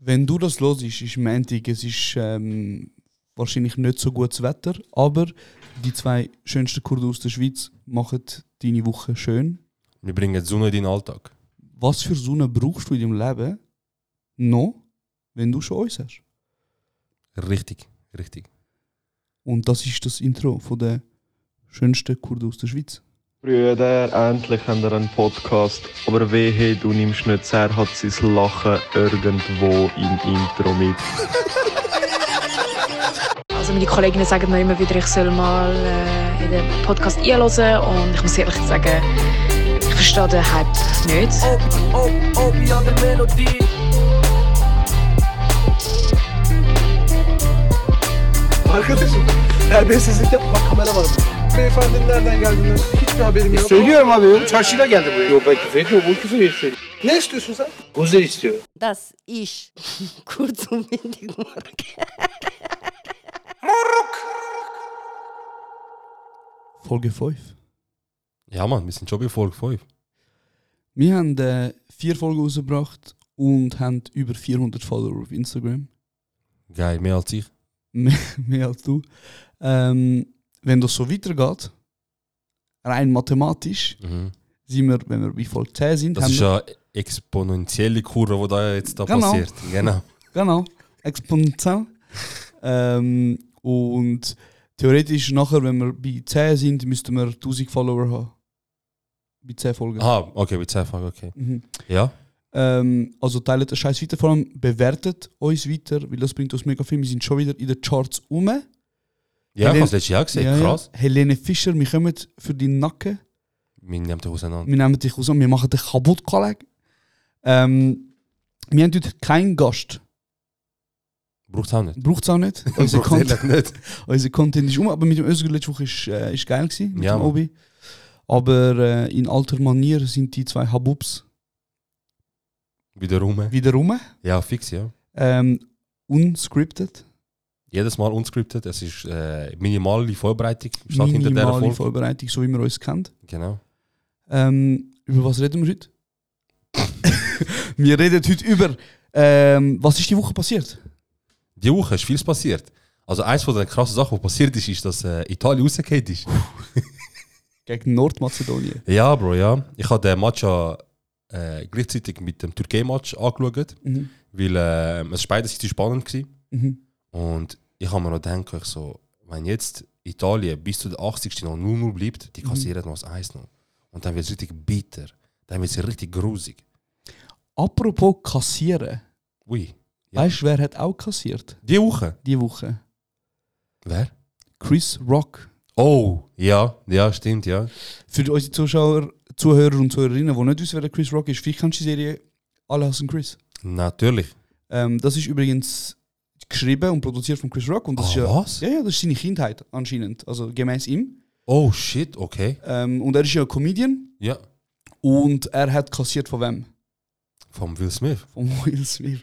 Wenn du das hörst, ist Montag, es ist ähm, wahrscheinlich nicht so gutes Wetter, aber die zwei schönsten Kurden aus der Schweiz machen deine Woche schön. Wir bringen die Sonne in deinen Alltag. Was für Sonne brauchst du in deinem Leben noch, wenn du schon uns hast? Richtig, richtig. Und das ist das Intro von der schönsten Kurden aus der Schweiz. Brüder, endlich haben wir einen Podcast. Aber wehe, du nimmst nicht sehr, hat sein Lachen irgendwo im Intro mit. Also meine Kolleginnen sagen mir immer wieder, ich soll mal äh, in den Podcast einhören und ich muss ehrlich sagen, ich verstehe den Hype nicht. Arkadaşım terbiyesizlik yapma kamera var. burada. Beyefendi nereden geldiğinden hiçbir haberim yok. Söylüyorum abi. Çarşıyla geldi buraya. Yok ben küfür etmiyorum. Bu küfür etmiyor. Ne istiyorsun sen? Buzzer istiyor. dass ich kurz und bündig morgen. Folge 5. Ja, Mann, wir sind schon bei Folge 5. Wir haben äh, vier Folgen rausgebracht und haben über 400 Follower auf Instagram. Geil, mehr als ich. Mehr als du. Ähm, wenn das so weitergeht, rein mathematisch, Mhm. sind wir, wenn wir bei Folge 10 sind, Das haben ist wir, eine exponentielle Kurve, die da jetzt da Genau. passiert. Genau. genau, exponentiell. ähm, und theoretisch nachher, wenn wir bei 10 sind, müssten wir 1000 Follower haben. Bei 10 Folgen. Ah, okay, mit 10 Fragen, okay. Mhm. Ja, Ähm, also teilt den Scheiß weiter, vor allem bewertet uns weiter, weil das bringt uns mega viel. Wir sind schon wieder in den Charts rum. ja ich Helene- habe es letztes Jahr gesehen, Ja, ja. krass. Helene Fischer, wir kommen für deinen Nacken. Wir nehmen dich auseinander. Wir nehmen dich raus und wir machen dich kaputt, Kollege. Ähm, wir haben heute keinen Gast. Braucht es auch nicht. Braucht es auch nicht. Unser, Braucht's Content, ehrlich nicht. unser Content ist um, aber mit dem Özgür letzte Woche ist, äh, ist geil gewesen, mit Ja, dem Mann. Obi. Aber äh, in alter Manier sind die zwei Habubs Wieder rum. wieder rum. Ja, fix, ja. Ähm, unscripted. Jedes Mal unscripted. Es ist äh, minimale Vorbereitung. Statt hinter der minimale Folge. Vorbereitung, so wie wir uns kennen. Genau. Ähm, über was reden wir heute? wir reden heute über, ähm, was ist die Woche passiert? Die Woche ist vieles passiert. Also, eins von den krassen Sachen, die passiert ist, ist, dass äh, Italien rausgekehrt ist. Gegen Nordmazedonien. Ja, Bro, ja. Ich habe den Match ja, äh, gleichzeitig mit dem Türkei-Match angeschaut, Mhm. weil äh, es war beides spannend war. Mhm. Und ich habe mir noch gedacht, ich so, wenn jetzt Italien bis zu der 80. noch 0-0 bleibt, Mhm. die kassieren noch das 1 noch. Und dann wird es richtig bitter. Dann wird es richtig grusig. Apropos kassieren. Ui. Ja. Weißt du, wer hat auch kassiert Die Woche. die Woche? Wer? Chris Rock. Oh, ja, ja, stimmt, ja. Für unsere Zuschauer, Zuhörer und Zuhörerinnen, die nicht wissen, wer der Chris Rock ist, vielleicht kennst du die Serie Alle hassen Chris. Natürlich. Ähm, das ist übrigens geschrieben und produziert von Chris Rock. Und das Ah, ist ja, was? Ja, ja, das ist seine Kindheit anscheinend. Also gemäß ihm. Oh, shit, okay. Ähm, und er ist ja ein Comedian. Ja. Und er hat kassiert von wem? Vom Will Smith. Von Will Smith.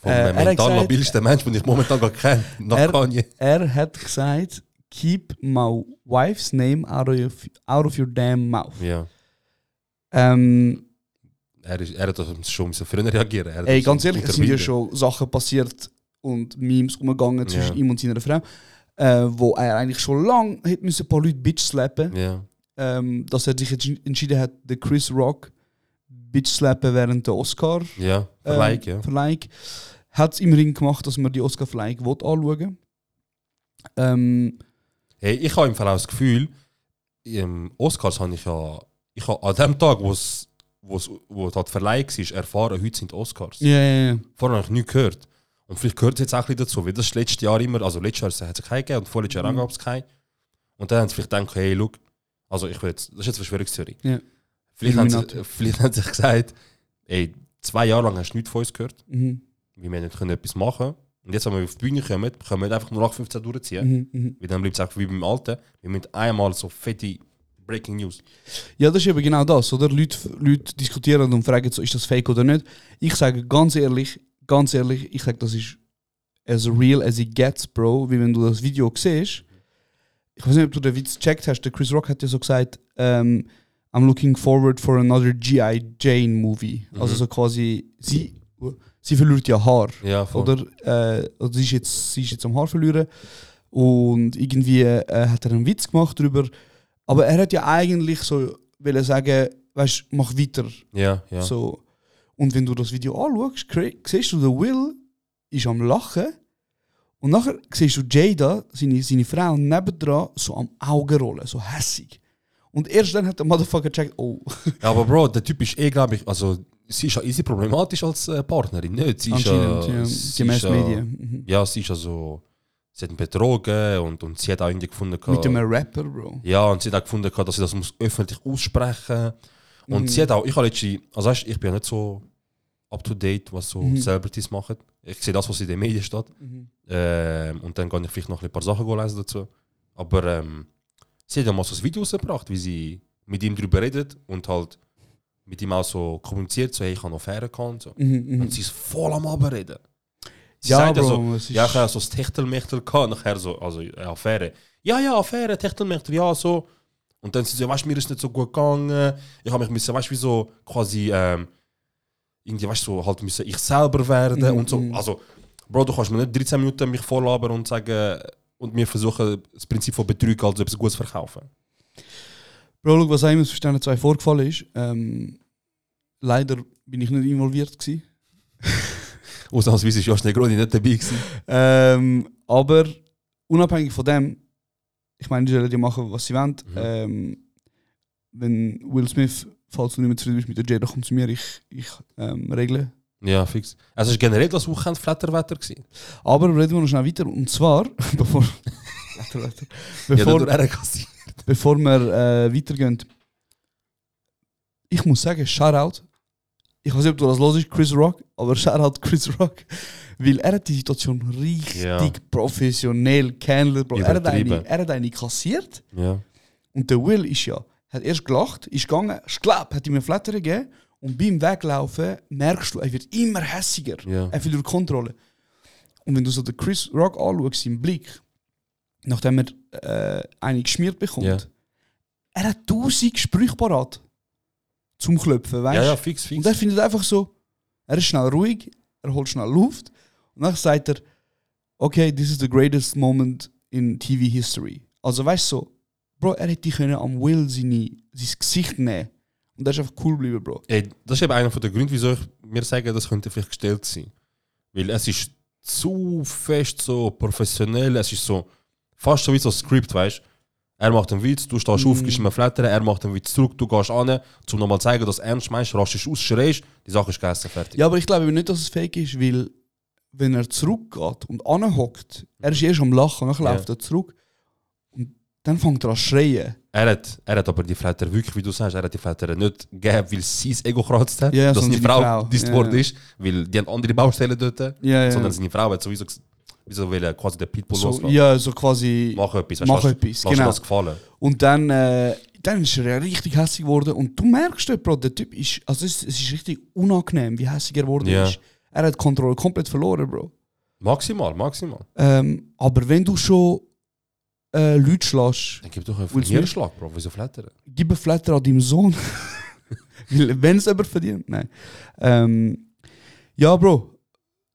Vom Äh, er äh, hat mental gesagt- labilsten Mensch, den ich momentan gar kenne. Nach Er- Kanye. Er hat gesagt, keep my wife's name out of, out of your damn mouth. Ja. Ähm, Er, ist, er hat doch schon müssen früher reagieren. Er hat Ey, das ganz ehrlich, es sind ja unterbinden. schon Sachen passiert und Memes umgegangen zwischen Ja. ihm und seiner Frau, äh, wo er eigentlich schon lange hätte müssen ein paar Leute bitch slappen, Ja. ähm, dass er sich entsch- entschieden hat, den Chris Rock bitch slappen während der Oscar ähm, Ja. Verleih, ja. Verleihung. Hat es immerhin gemacht, dass man die Oscar Verleihung will anschauen. Ähm, Hey, ich habe im Fall auch das Gefühl, im Oscars habe ich ja, ich habe an dem Tag, wo's, wo's, wo das Verleih war, erfahren, heute sind die Oscars. ja, ja, ja. Vorher habe ich nie gehört. Und vielleicht gehört es jetzt auch ein bisschen dazu, weil das ist letztes Jahr immer, also letztes Jahr hat es keinen gegeben und vorletztes Jahr Mhm. gab es keinen. Und dann haben sie vielleicht gedacht, hey, schau, also ich will jetzt, das ist jetzt Verschwörungstheorie. Ja. Vielleicht, haben sie, Illuminati. vielleicht haben sie gesagt, ey, zwei Jahre lang hast du nichts von uns gehört, Mhm. weil wir nicht können etwas machen können. Und jetzt, wenn wir auf die Bühne kommen, können wir nicht einfach nur 8.15 durchziehen. Mhm. Mhm. Weil dann bleibt es einfach wie beim Alten. Wir müssen einmal so fette Breaking News. Ja, das ist eben genau das, oder? Leute, Leute diskutieren und fragen, so, ist das fake oder nicht? Ich sage ganz ehrlich, ganz ehrlich, ich sage, das ist as real as it gets, Bro, wie wenn du das Video siehst. Ich weiß nicht, ob du den Witz gecheckt hast, der Chris Rock hat ja so gesagt, ähm, I'm looking forward for another G.I. Jane Movie. Also so quasi, sie sie verliert ja Haar. Ja, voll. Oder äh, also sie, ist jetzt, sie ist jetzt am Haar verlieren. Und irgendwie äh, hat er einen Witz gemacht darüber. Aber er hat ja eigentlich so will sagen, weißt mach weiter. Ja, ja. So. Und wenn du das Video anschaust, kre- siehst du, der Will ist am Lachen. Und nachher siehst du Jada, seine, seine Frau, nebendran so am Augen rollen, so hässig. Und erst dann hat der Motherfucker gecheckt, oh, Ja, aber Bro, der Typ ist eh, glaube ich, also sie ist ja easy problematisch als äh, Partnerin, nicht? Sie ist ja, anscheinend, ja, sie gemäß ist ja- Medien. Mhm. Ja, sie ist ja so, sie hat ihn betrogen und, und sie hat auch irgendwie gefunden, äh, Mit gehabt- einem Rapper, Bro. ja, und sie hat auch gefunden, gehabt, dass sie das muss öffentlich aussprechen Und Mhm. sie hat auch, ich habe letztens, also weißt, ich bin ja nicht so up to date, was so Mhm. Celebrities machen. Ich sehe das, was in den Medien steht. Ähm, und dann kann ich vielleicht noch ein paar Sachen lesen dazu. Aber ähm, sie hat ja mal so ein Video rausgebracht, wie sie mit ihm darüber redet und halt mit ihm auch so kommuniziert, so hey, ich habe noch Fähre und so. Mhm, Und sie ist voll am Abreden. Sie Ja, sagt ja Bro, so, es ist- ja, ich habe so das Techtelmechtel gehabt, nachher so, also äh, Affäre. Ja, ja, Affäre, Techtelmechtel, ja, so. Und dann sind sie so, weißt du, mir ist nicht so gut gegangen. Ich habe mich müssen, weißt du, wie so quasi, ähm, irgendwie, weißt du, so, halt müssen ich selber werden und Mhm, so. Also, Bro, du kannst mir nicht 13 Minuten mich vorlabern und sagen, und mir versuchen, das Prinzip von Betrug als etwas Gutes verkaufen. Bro, schau, was einem aus Verständnis 2 vorgefallen ist, ähm, leider bin ich nicht involviert gewesen. Ausnahmsweise ist Josh Negroni nicht dabei gewesen. Ähm, aber unabhängig von dem, ich meine, die sollen ja machen, was sie wollen. Mhm. Ähm, wenn Will Smith, falls du nicht mehr zufrieden bist mit der Jada, komm zu mir, ich, ich ähm, regle. Ja, fix. Also, es war generell das Wochenende Flatterwetter. Gewesen. Aber reden wir noch schnell weiter. Und zwar, bevor, Warte, warte. Bevor bevor, ja, durch RKC. bevor wir äh, weitergehen, ich muss sagen, Shoutout. Ich weiß nicht, ob du das hörst, Chris Rock, aber Shoutout Chris Rock. Weil er hat die Situation richtig Ja. professionell gehandelt. Bro. Er, hat Übertrieben. eine, er hat eine kassiert Ja. und der Will ist ja, hat erst gelacht, ist gegangen, schlapp, hat ihm einen Flatter gegeben und beim Weglaufen merkst du, er wird immer hässiger. Ja. Er verliert Kontrolle. Und wenn du so den Chris Rock anschaust, im Blick, nachdem er äh, einen geschmiert bekommt, Ja. er hat tausend Sprüche parat zum Klopfen, weißt ja, du? ja, fix, fix. Und er findet einfach so, er ist schnell ruhig, er holt schnell Luft und dann sagt er, okay, this is the greatest moment in TV history. Also weißt du, so, Bro, er hätte können am Will seine, sein Gesicht nehmen und er ist einfach cool geblieben, Bro. Ey, das ist eben einer der Gründe, wieso ich mir sage, das könnte vielleicht gestellt sein. Weil es ist zu fest so professionell, es ist so fast so wie so ein Skript, weißt Er macht einen Witz, du stehst Mhm. auf, gehst ihm flattern, er macht einen Witz zurück, du gehst an, um nochmal zu zeigen, dass du ernst meinst, rastest aus, schreist, die Sache ist gegessen, fertig. Ja, aber ich glaube eben nicht, dass es fake ist, weil wenn er zurückgeht und anhockt, er ist erst am Lachen, dann Ja. läuft er zurück und dann fängt er an zu schreien. Er, hat, er hat aber die Flatter wirklich, wie du sagst, er hat die Flatter nicht gegeben, weil sie das Ego kratzt hat, Ja, ja, dass sondern seine seine Frau, Frau. gedisst Ja, worden ja. ist, weil die haben andere Baustellen dort, Ja, ja. sondern seine Frau hat sowieso, ges- wieso will er quasi den Pitbull So, loslassen. ja, so quasi. Mach etwas, Mach lass- etwas, lass dir genau. das gefallen. Und dann, äh, dann ist er ja richtig hässlich geworden. Und du merkst, dort, Bro, der Typ ist. Also es, es ist richtig unangenehm, wie hässlich er geworden Ja. ist. Er hat die Kontrolle komplett verloren, Bro. Maximal, maximal. Ähm, aber wenn du schon äh, Leute schlägst, Dann gib doch einen Will Smith? Niederschlag, Bro. Wieso flattern? gib einen Flatter an deinem Sohn. Weil, wenn es jemand verdient, nein. Ähm, ja, Bro.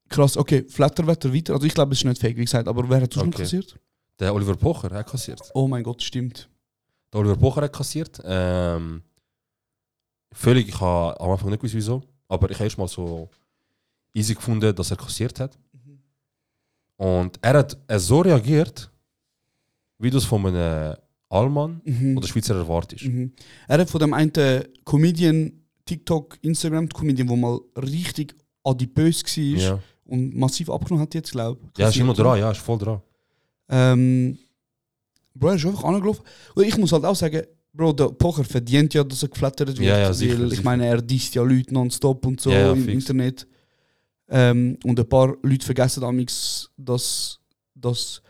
Krass, okay, Flatterwetter weiter. Also ich glaube, es ist nicht fake, wie gesagt, aber wer hat sonst noch Okay. kassiert? Der Oliver Pocher hat kassiert. Oh mein Gott, stimmt. Der Oliver Pocher hat kassiert. Ähm, völlig, ich habe am Anfang nicht gewusst, wieso. Aber ich habe erst mal so easy gefunden, dass er kassiert hat. Und er hat äh, so reagiert, wie du es von einem Allmann oder Schweizer erwartest. Mhm. Er hat von dem einen eh, Comedian, TikTok, Instagram, Comedian, der mal richtig adipös war Ja. und massiv abgenommen hat jetzt, glaube ich. ja, ist immer dran, ja, ist voll dran. Ähm, Bro, er ist einfach angelaufen. Und ich muss halt auch sagen, Bro, der Pocher verdient ja, dass er geflattert wird. Ja, ja, weil sicher, ich sicher. meine, er disst ja Leute nonstop und so Ja, ja, im fix. Internet. Ähm, und ein paar Leute vergessen damals, dass das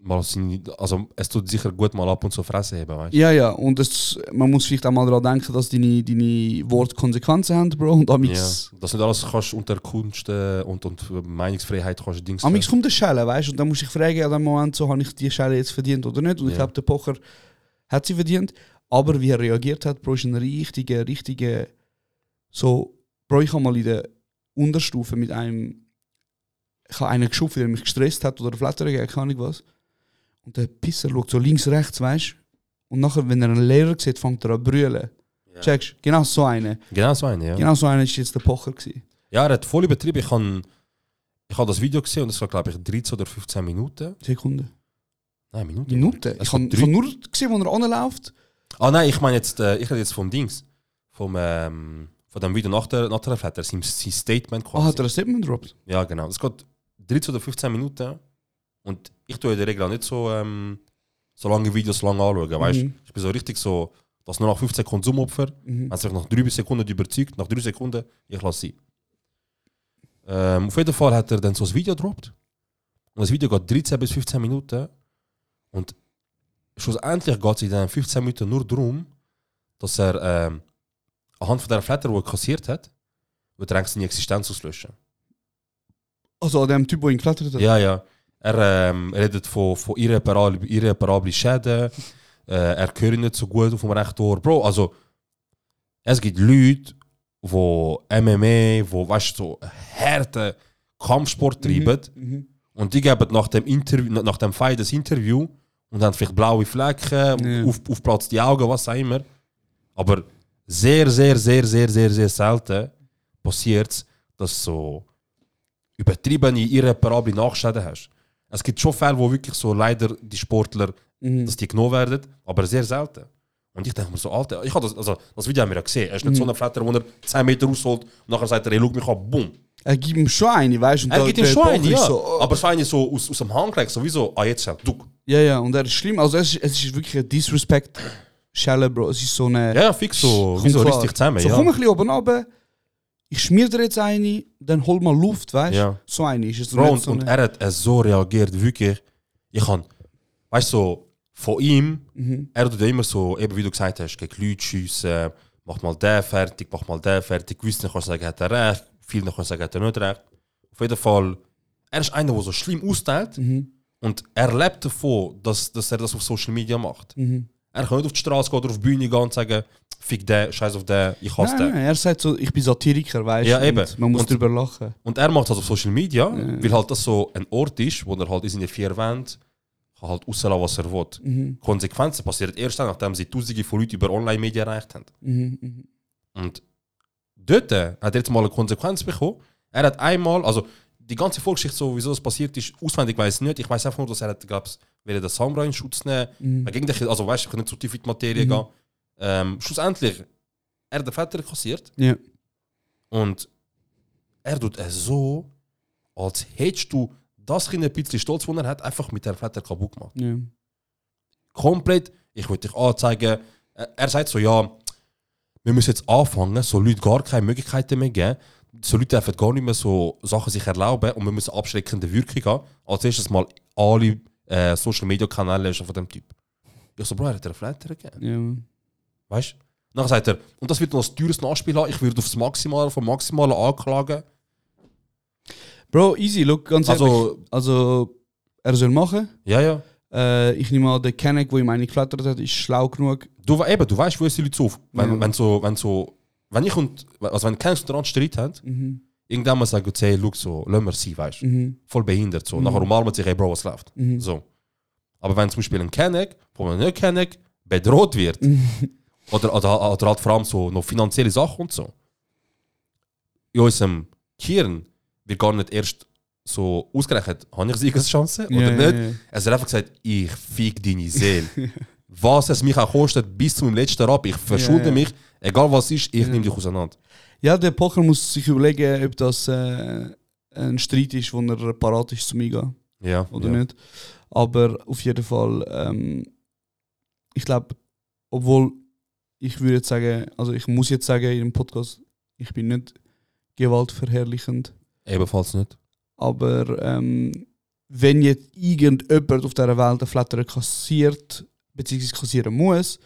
Mal seine, also, es tut sicher gut, mal ab und zu fressen haben, weißt du? Ja, ja, und es, man muss vielleicht auch mal daran denken, dass deine, deine Worte Konsequenzen haben, Bro. Und Ja. amix, Dass nicht alles kannst unter Kunst äh, und, und Meinungsfreiheit kannst Dings. amix kommt eine Schelle, weißt du? Und dann muss ich fragen, an dem Moment, so, habe ich die Schelle jetzt verdient oder nicht? Und ich Ja. glaube, der Pocher hat sie verdient. Aber wie er reagiert hat, Bro, ist ein richtiger, richtiger. So, Bro, ich habe mal in der Unterstufe mit einem. Ich habe einen geschupft, der mich gestresst hat oder flattern gegeben, keine Ahnung was. Und der Pisser schaut so links, rechts, weißt du? Und nachher, wenn er einen Lehrer sieht, fängt er an zu brüllen. Checkst du? Genau so einen. Genau so eine, ja. Genau so einer war jetzt der Pocher. Gewesen. Ja, er hat voll übertrieben. Ich habe ich hab das Video gesehen und es war, glaube ich, 13 oder 15 Minuten. Sekunde. Nein, Minuten. Minuten? Es Ich habe sind Also drei- nur gesehen, wo er anläuft. Ah nein, ich meine jetzt, äh, ich rede jetzt vom Dings. Vom, ähm, von dem Video nach der, nach der Flatter, sein, sein Statement Ah, quasi. hat er ein Statement gedroppt? Ja, genau. Das geht 13 oder 15 Minuten. Und ich tue in der Regel auch nicht so, ähm, so lange Videos lang anschauen. Weißt? Mhm. Ich bin so richtig so, dass nur nach 15 Konsumopfer, Mhm. wenn es mich nach 3 Sekunden überzeugt, nach 3 Sekunden, ich lasse sie. Ähm, auf jeden Fall hat er dann so ein Video gedroppt. Und das Video geht 13 bis 15 Minuten. Und schlussendlich geht es in diesen 15 Minuten nur darum, dass er ähm, anhand von der Flatter, die er kassiert hat, wird er eigentlich seine Existenz auslöschen. Also an dem Typ, der ihn geflattert hat? Ja, ja. Er ähm, redet von, von irreparablen irreparable Schäden. äh, er gehört nicht so gut auf dem rechten Ohr. Bro, also, es gibt Leute, wo MMA, wo, weißt du, so harten Kampfsport treiben. Mhm. Und die geben nach dem, Interview, nach- nach dem Fight das Interview und haben vielleicht blaue Flecken, Ja. auf, aufplatzt die Augen, was auch immer. Aber sehr, sehr, sehr, sehr, sehr, sehr selten passiert es, dass so übertriebene, irreparable Nachschäden hast. Es gibt schon Fälle, wo wirklich so leider die Sportler, Mhm. dass die genommen werden, aber sehr selten. Und ich denke mir so, Alter, ich hab das, also, das Video haben wir ja gesehen. Er ist nicht Mhm. so ein Flatter, wo er 10 Meter rausholt und nachher sagt er, hey, schau mich an, boom. Er gibt ihm schon eine, weißt du? und Er da- gibt ihm der schon Pocher einen, ist ja. so, oh. Aber so äh, eine so aus, aus dem Handgelenk, sowieso, ah, jetzt schnell, du. Ja, ja, und er ist schlimm. Also es ist, es ist wirklich ein Disrespect-Schelle, Bro. Es ist so eine... Ja, ja, fix so, Kommt wieso klar. riss dich zusammen, So, ja. komm ein bisschen oben runter. Ich schmier dir jetzt eine, dann hol mal Luft, weißt du? Ja. So eine ist es. Bro, nicht und, so und eine- er hat äh, so reagiert, wirklich. Ich han, weißt du, so, von ihm, Mhm. er tut ja immer so, eben wie du gesagt hast, gegen Leute schiessen, mach mal den fertig, mach mal den fertig, gewiss nicht, kannst du sagen, hat er recht, viel nicht, kannst du sagen, hat er nicht recht. Auf jeden Fall, er ist einer, der so schlimm austeilt Mhm. und er lebt davon, dass, dass er das auf Social Media macht. Mhm. Er kann nicht auf die Straße gehen oder auf die Bühne gehen und sagen, fick den, scheiß auf den, ich hasse Nein, den. nein, er sagt so, ich bin Satiriker, weißt du? Ja, und eben. Man muss Und- drüber lachen. Und er macht das auf Social Media, weil halt das so ein Ort ist, wo er halt in seine vier Wände kann halt rauslassen, was er will. Mhm, Konsequenzen passieren erst dann, nachdem sie tausende von Leuten über Online-Medien erreicht haben. Mhm. Mhm. Und dort hat er jetzt mal eine Konsequenz bekommen. Er hat einmal, also die ganze Vorgeschichte, so, wieso das passiert ist, auswendig weiß ich nicht. Ich weiß einfach nur, dass er, glaube ich, den Samurai in Schutz nehmen Mhm. Gegen dich, also weißt du, ich kann nicht so tief in die Materie Mhm. gehen. Ähm, schlussendlich, er hat den Väter kassiert. Ja. Und er tut es so, als hättest du das kleine bisschen Stolz, das er hat, einfach mit der Väter kaputt gemacht. Ja. Komplett, ich will dich anzeigen. Ä- Er sagt so, ja, wir müssen jetzt anfangen, so Leute gar keine Möglichkeiten mehr geben. So Leute dürfen gar nicht mehr so Sachen sich erlauben und wir müssen abschreckende Wirkung haben. Als erstes mal alle äh, Social-Media-Kanäle löschen von dem Typ. Ich so, Bro, er hat dir einen Flatter gegeben. Ja. Weißt du? Dann sagt er, und das wird noch das teuerste Anspiel haben, ich würde aufs Maximale vom Maximalen anklagen. Bro, easy, look, ganz Also- ehrlich. Also, er soll machen. Ja, ja. Äh, ich nehme an, der Kenneck, der ihm eine geflattert hat, ist schlau genug. Du, we- eben, du weißt, wo es die Leute so auf. Wenn, Ja. wenn so, wenn so, wenn ich und, also wenn Kenz und Rand Streit haben, Mhm. irgendwann mal sagen, hey, look, so, lass mal sein, weißt du. Mhm. Voll behindert, so. Nachher umarmen sie sich, hey, Bro, was läuft? Mhm. So. Aber wenn zum Beispiel ein Kenneck, von einem nicht Kenneck, bedroht wird, Mhm. oder, oder, oder halt vor allem so noch finanzielle Sachen und so, in unserem Hirn wird gar nicht erst so ausgerechnet, habe ich Siegeschance oder Ja, nicht. ja, ja. Es hat einfach gesagt, ich fick deine Seele. was es mich auch kostet, bis zum letzten Rab, ich verschulde Ja, ja. mich, egal was ist, ich nehme dich auseinander. Ja, der Pocher muss sich überlegen, ob das äh, ein Streit ist, wo er parat ist zum Eingehen Ja, oder ja. nicht. Aber auf jeden Fall, ähm, ich glaube, obwohl ich würde jetzt sagen, also ich muss jetzt sagen in dem Podcast, ich bin nicht gewaltverherrlichend, Ebenfalls nicht. aber ähm, wenn jetzt irgendjemand auf dieser Welt eine Flatter kassiert, beziehungsweise kassieren muss,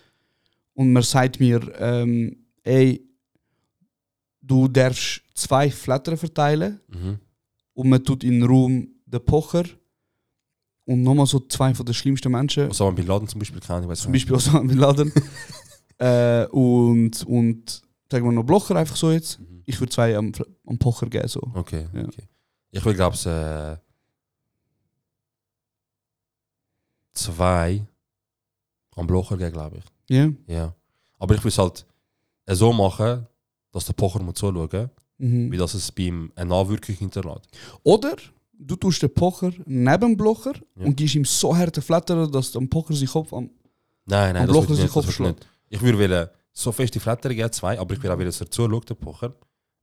und man sagt mir, ähm, ey, du darfst zwei Flatter verteilen, Mhm. und man tut in den Raum den Pocher und nochmal so zwei von den schlimmsten Menschen, Osama Bin Laden zum Beispiel, keine Ahnung, ich weiß zum Beispiel Osama Bin Laden, äh, und, und sagen wir noch Blocher einfach so jetzt. Mhm. Mhm. Ich würde zwei am, Fl- am Pocher geben. So. Okay, Ja. okay. Ich will, glaube ich, äh, zwei am Blocher geben, glaube ich. Ja? Ja. Aber ich will es halt äh, so machen, dass der Pocher muss zuschauen, Mhm. wie das es bei ihm eine Nachwirkung hinterlässt. Oder du tust den Pocher neben dem Blocher Ja. und gibst ihm so harte Flatter, dass der Pocher seinen Kopf am. Nein, nein, Am das Blocher will ich sich nicht. Das will ich aufschlägt. nicht. Ich würde wollen, so fest die Flatter geben, zwei, aber ich will auch wieder, dass er zuschaut, der Pocher.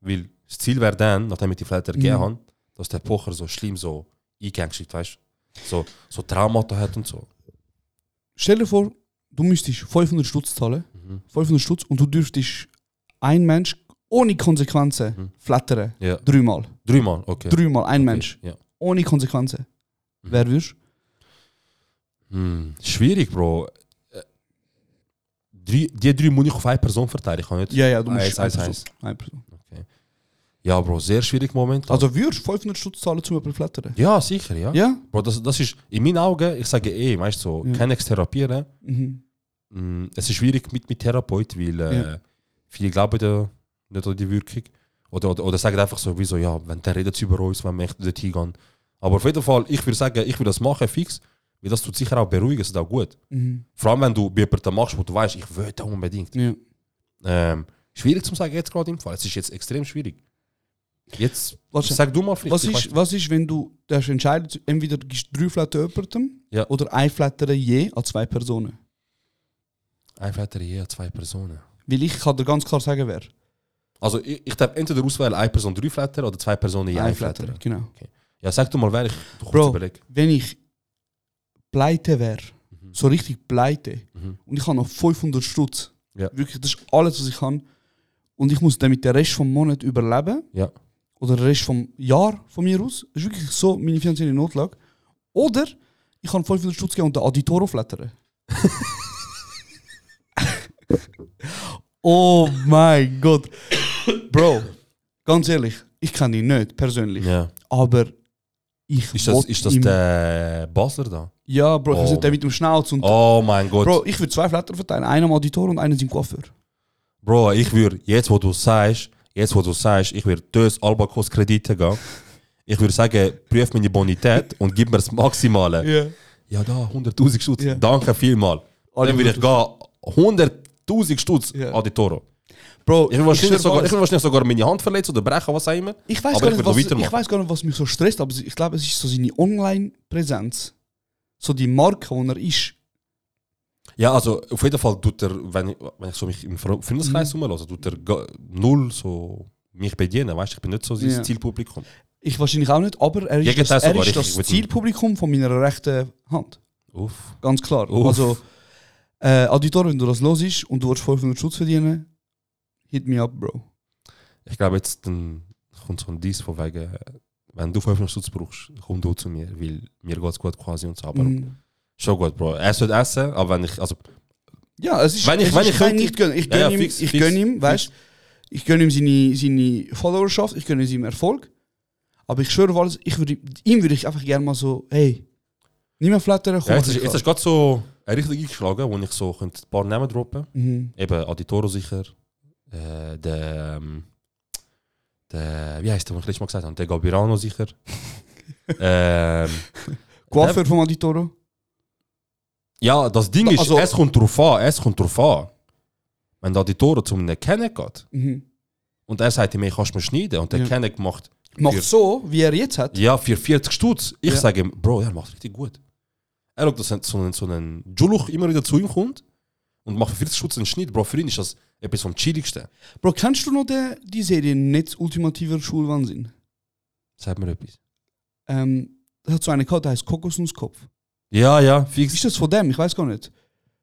Weil das Ziel wäre dann, nachdem ich die Flatter Mhm. gegeben habe, dass der Pocher so schlimm so eingegangen weißt du? So, so Traumata hat und so. Stell dir vor, du müsstest 500 Stutz zahlen. Mhm. 500 Stutz und du dürftest ein Mensch ohne Konsequenzen Mhm. flattern. Ja. Dreimal. Dreimal, okay. Dreimal ein okay. Mhm. Mensch. Ja. Ohne Konsequenzen. Wer würdest Hm, schwierig, Bro. Äh, Drei, die drei muss ich auf eine Person verteilen. Ich kann nicht. Ja, ja, du musst Eins, eine eins, Person- eins. eine Person. Ja, Bro, sehr schwierig Moment. Also würdest du 500 Stutz zahlen, um jemanden zu flattern? ja, sicher, ja. Ja? Bro, das, das ist in meinen Augen, ich sage eh, weißt du, so, ne? Ja. kann ich therapieren. Mhm. Mm, Es ist schwierig mit, mit Therapeut, weil äh, viele glauben da nicht an die Wirkung. Oder, oder, oder sagen einfach so, wieso, ja, wenn der redet über uns, wenn wir echt dort hingehen. Aber auf jeden Fall, ich würde sagen, ich würde das machen, fix, weil das tut sicher auch beruhigen, es ist auch gut. Mhm. Vor allem, wenn du bei jemandem machst, wo du weißt, ich will das unbedingt. Ja. Ähm, schwierig zu sagen jetzt gerade im Fall. Es ist jetzt extrem schwierig. Jetzt Warte. sag du mal vielleicht. Was ich ist, weiß- was ist, wenn du darfst entscheiden, zu- entweder gibst du drei Flattern jemandem Ja. oder ein Flattern je an zwei Personen? Ein Vater je, zwei Personen. Weil ich kann dir ganz klar sagen, wer. Also ich, ich darf entweder auswählen, eine Person drei Flatter oder zwei Personen je ein Flatter. Genau. Ja, sag du mal, wer ich du kurz Bro. überleg. Wenn ich pleite wäre, Mhm. so richtig pleite, Mhm. und ich habe noch 500 Stutz, Ja. wirklich, das ist alles, was ich kann, und ich muss damit den Rest vom Monat überleben, Ja. oder den Rest vom Jahr von mir aus, das ist wirklich so meine finanzielle Notlage, oder ich kann 500 Stutz geben und den Aditoro flattern. oh mein Gott. Bro, ganz ehrlich, ich kenne ihn nicht persönlich, Ja. aber ich Ist das, wollt ist das ihm- der Basler da? Ja, Bro, ich Oh weiß nicht, der mein- mit dem Schnauz und... Oh mein Gott. Bro, Bro, ich würde zwei Flatter verteilen, einen am Auditor und einen im Coiffeur. ich würde, jetzt wo du sagst, jetzt wo du sagst, ich würde das Albacos Kredite gehen. Ich würde sagen, prüf meine Bonität und gib mir das Maximale. Ja. Ja, da, 100.000 Stutz. Ja. Danke vielmal. Alle Dann würde ich gehen, 100.000 Stutz Ja. an die Toro. Bro, Ich will wahrscheinlich schwör sogar, ich alles. will wahrscheinlich sogar meine Hand verletzen oder brechen, was auch immer. ich, weiß aber gar ich nicht, will was, weitermachen. ich weiß gar nicht, was mich so stresst, aber ich glaube, es ist so seine Online-Präsenz. So die Marke, wo er ist. Ja, also auf jeden Fall tut er, wenn ich, wenn ich so mich im Fre- Freundeskreis mhm. umlasse, tut er ga- null so mich bedienen. Weißt du, ich bin nicht so sein Ja. Zielpublikum. Ich wahrscheinlich auch nicht, aber er ist Gegenteil das, er sogar, ist ich- das ich würd- Zielpublikum von meiner rechten Hand. Uff. Ganz klar. Uff. Also, äh, Auditor, wenn du das los ist und du willst 500 Schutz verdienen, hit me up, Bro. Ich glaube, jetzt dann kommt so ein Dies von wegen, äh, wenn du 500 Stutz brauchst, komm du zu mir, weil mir geht's gut quasi und so. Aber Mhm. schon gut, Bro. Er soll essen, aber wenn ich, also Ja, es ist, Wenn ich- es wenn ist ich kein könnte- nicht gönnen. Ich Ja, gönne ja, ihm, fix, ich fix, gönn ihm, fix. weißt, ich gönne ihm seine, seine Followerschaft, ich gönne ihm seinen Erfolg. Aber ich schwöre auf alles, ich würde, ihm würde ich einfach gerne mal so, hey, nicht mehr flattern, komm. Ja, jetzt mach ist, ich jetzt ist gerade so richtig eingeschlagen, wo ich so könnte ein paar Namen droppen klar. mhm. Eben Aditoro sicher, äh, der, ähm, der, wie heißt der, den ich letztes Mal gesagt habe, der Gabirano sicher. ähm, Coiffeur vom Aditoro. ja, das Ding ist, Also- es kommt drauf an, es kommt drauf an. Wenn der Aditoro zu einem Kenneck geht Mhm. und er sagt ihm, ich kannst mir schneiden und der Ja. Kenneck macht, Macht Für- so, wie er jetzt hat. ja, für 40 Stutz, ich Ja. sage ihm, Bro, er macht richtig gut. Er schaut, dass so ein, so ein Juluch immer wieder zu ihm kommt und macht für 40 Stutz einen Schnitt, Bro, für ihn ist das etwas vom Chilligsten. Bro, kennst du noch den, die Serie Netz ultimativer Schulwahnsinn? Sag mir etwas. Ähm, das hat so einen gehabt, der heißt Kokosnusskopf. Ja, ja, fix. Ist das von dem? Ich weiß gar nicht.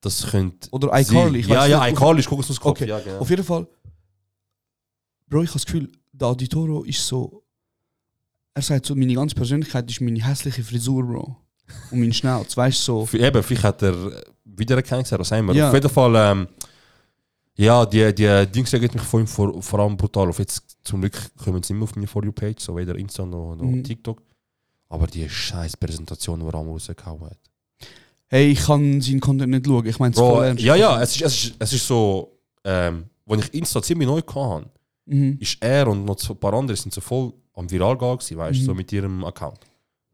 Das könnte. Oder iCarly. ich sein. Ja, weiss ja, nicht. iCarly ist Kokosnusskopf. Okay. Ja, genau. Auf jeden Fall, Bro, ich habe das Gefühl, der Auditoro ist so. Er sagt so, meine ganze Persönlichkeit ist meine hässliche Frisur, Bro. Und mein Schnauz, weißt du so. Für, eben, vielleicht hat er äh, wiedererkannt, oder sagen wir. Ja. Auf jeden Fall, ähm, ja, die, die Dings geht mich vor, allem vor, vor allem brutal auf. Jetzt zum Glück kommen sie immer auf meine For You-Page, so weder Insta noch, noch Mhm. TikTok. Aber die scheiß Präsentation, die Ramo rausgehauen hat. Hey, ich kann seinen Content nicht schauen. Ich meine, es Bro, voll ernst. ja, ja, es ist, es ist, es ist so, ähm, wenn ich Insta ziemlich neu hatte, Mhm. ist er und noch so ein paar andere sind so voll am viral gegangen, gewesen, weißt du, so mit ihrem Account.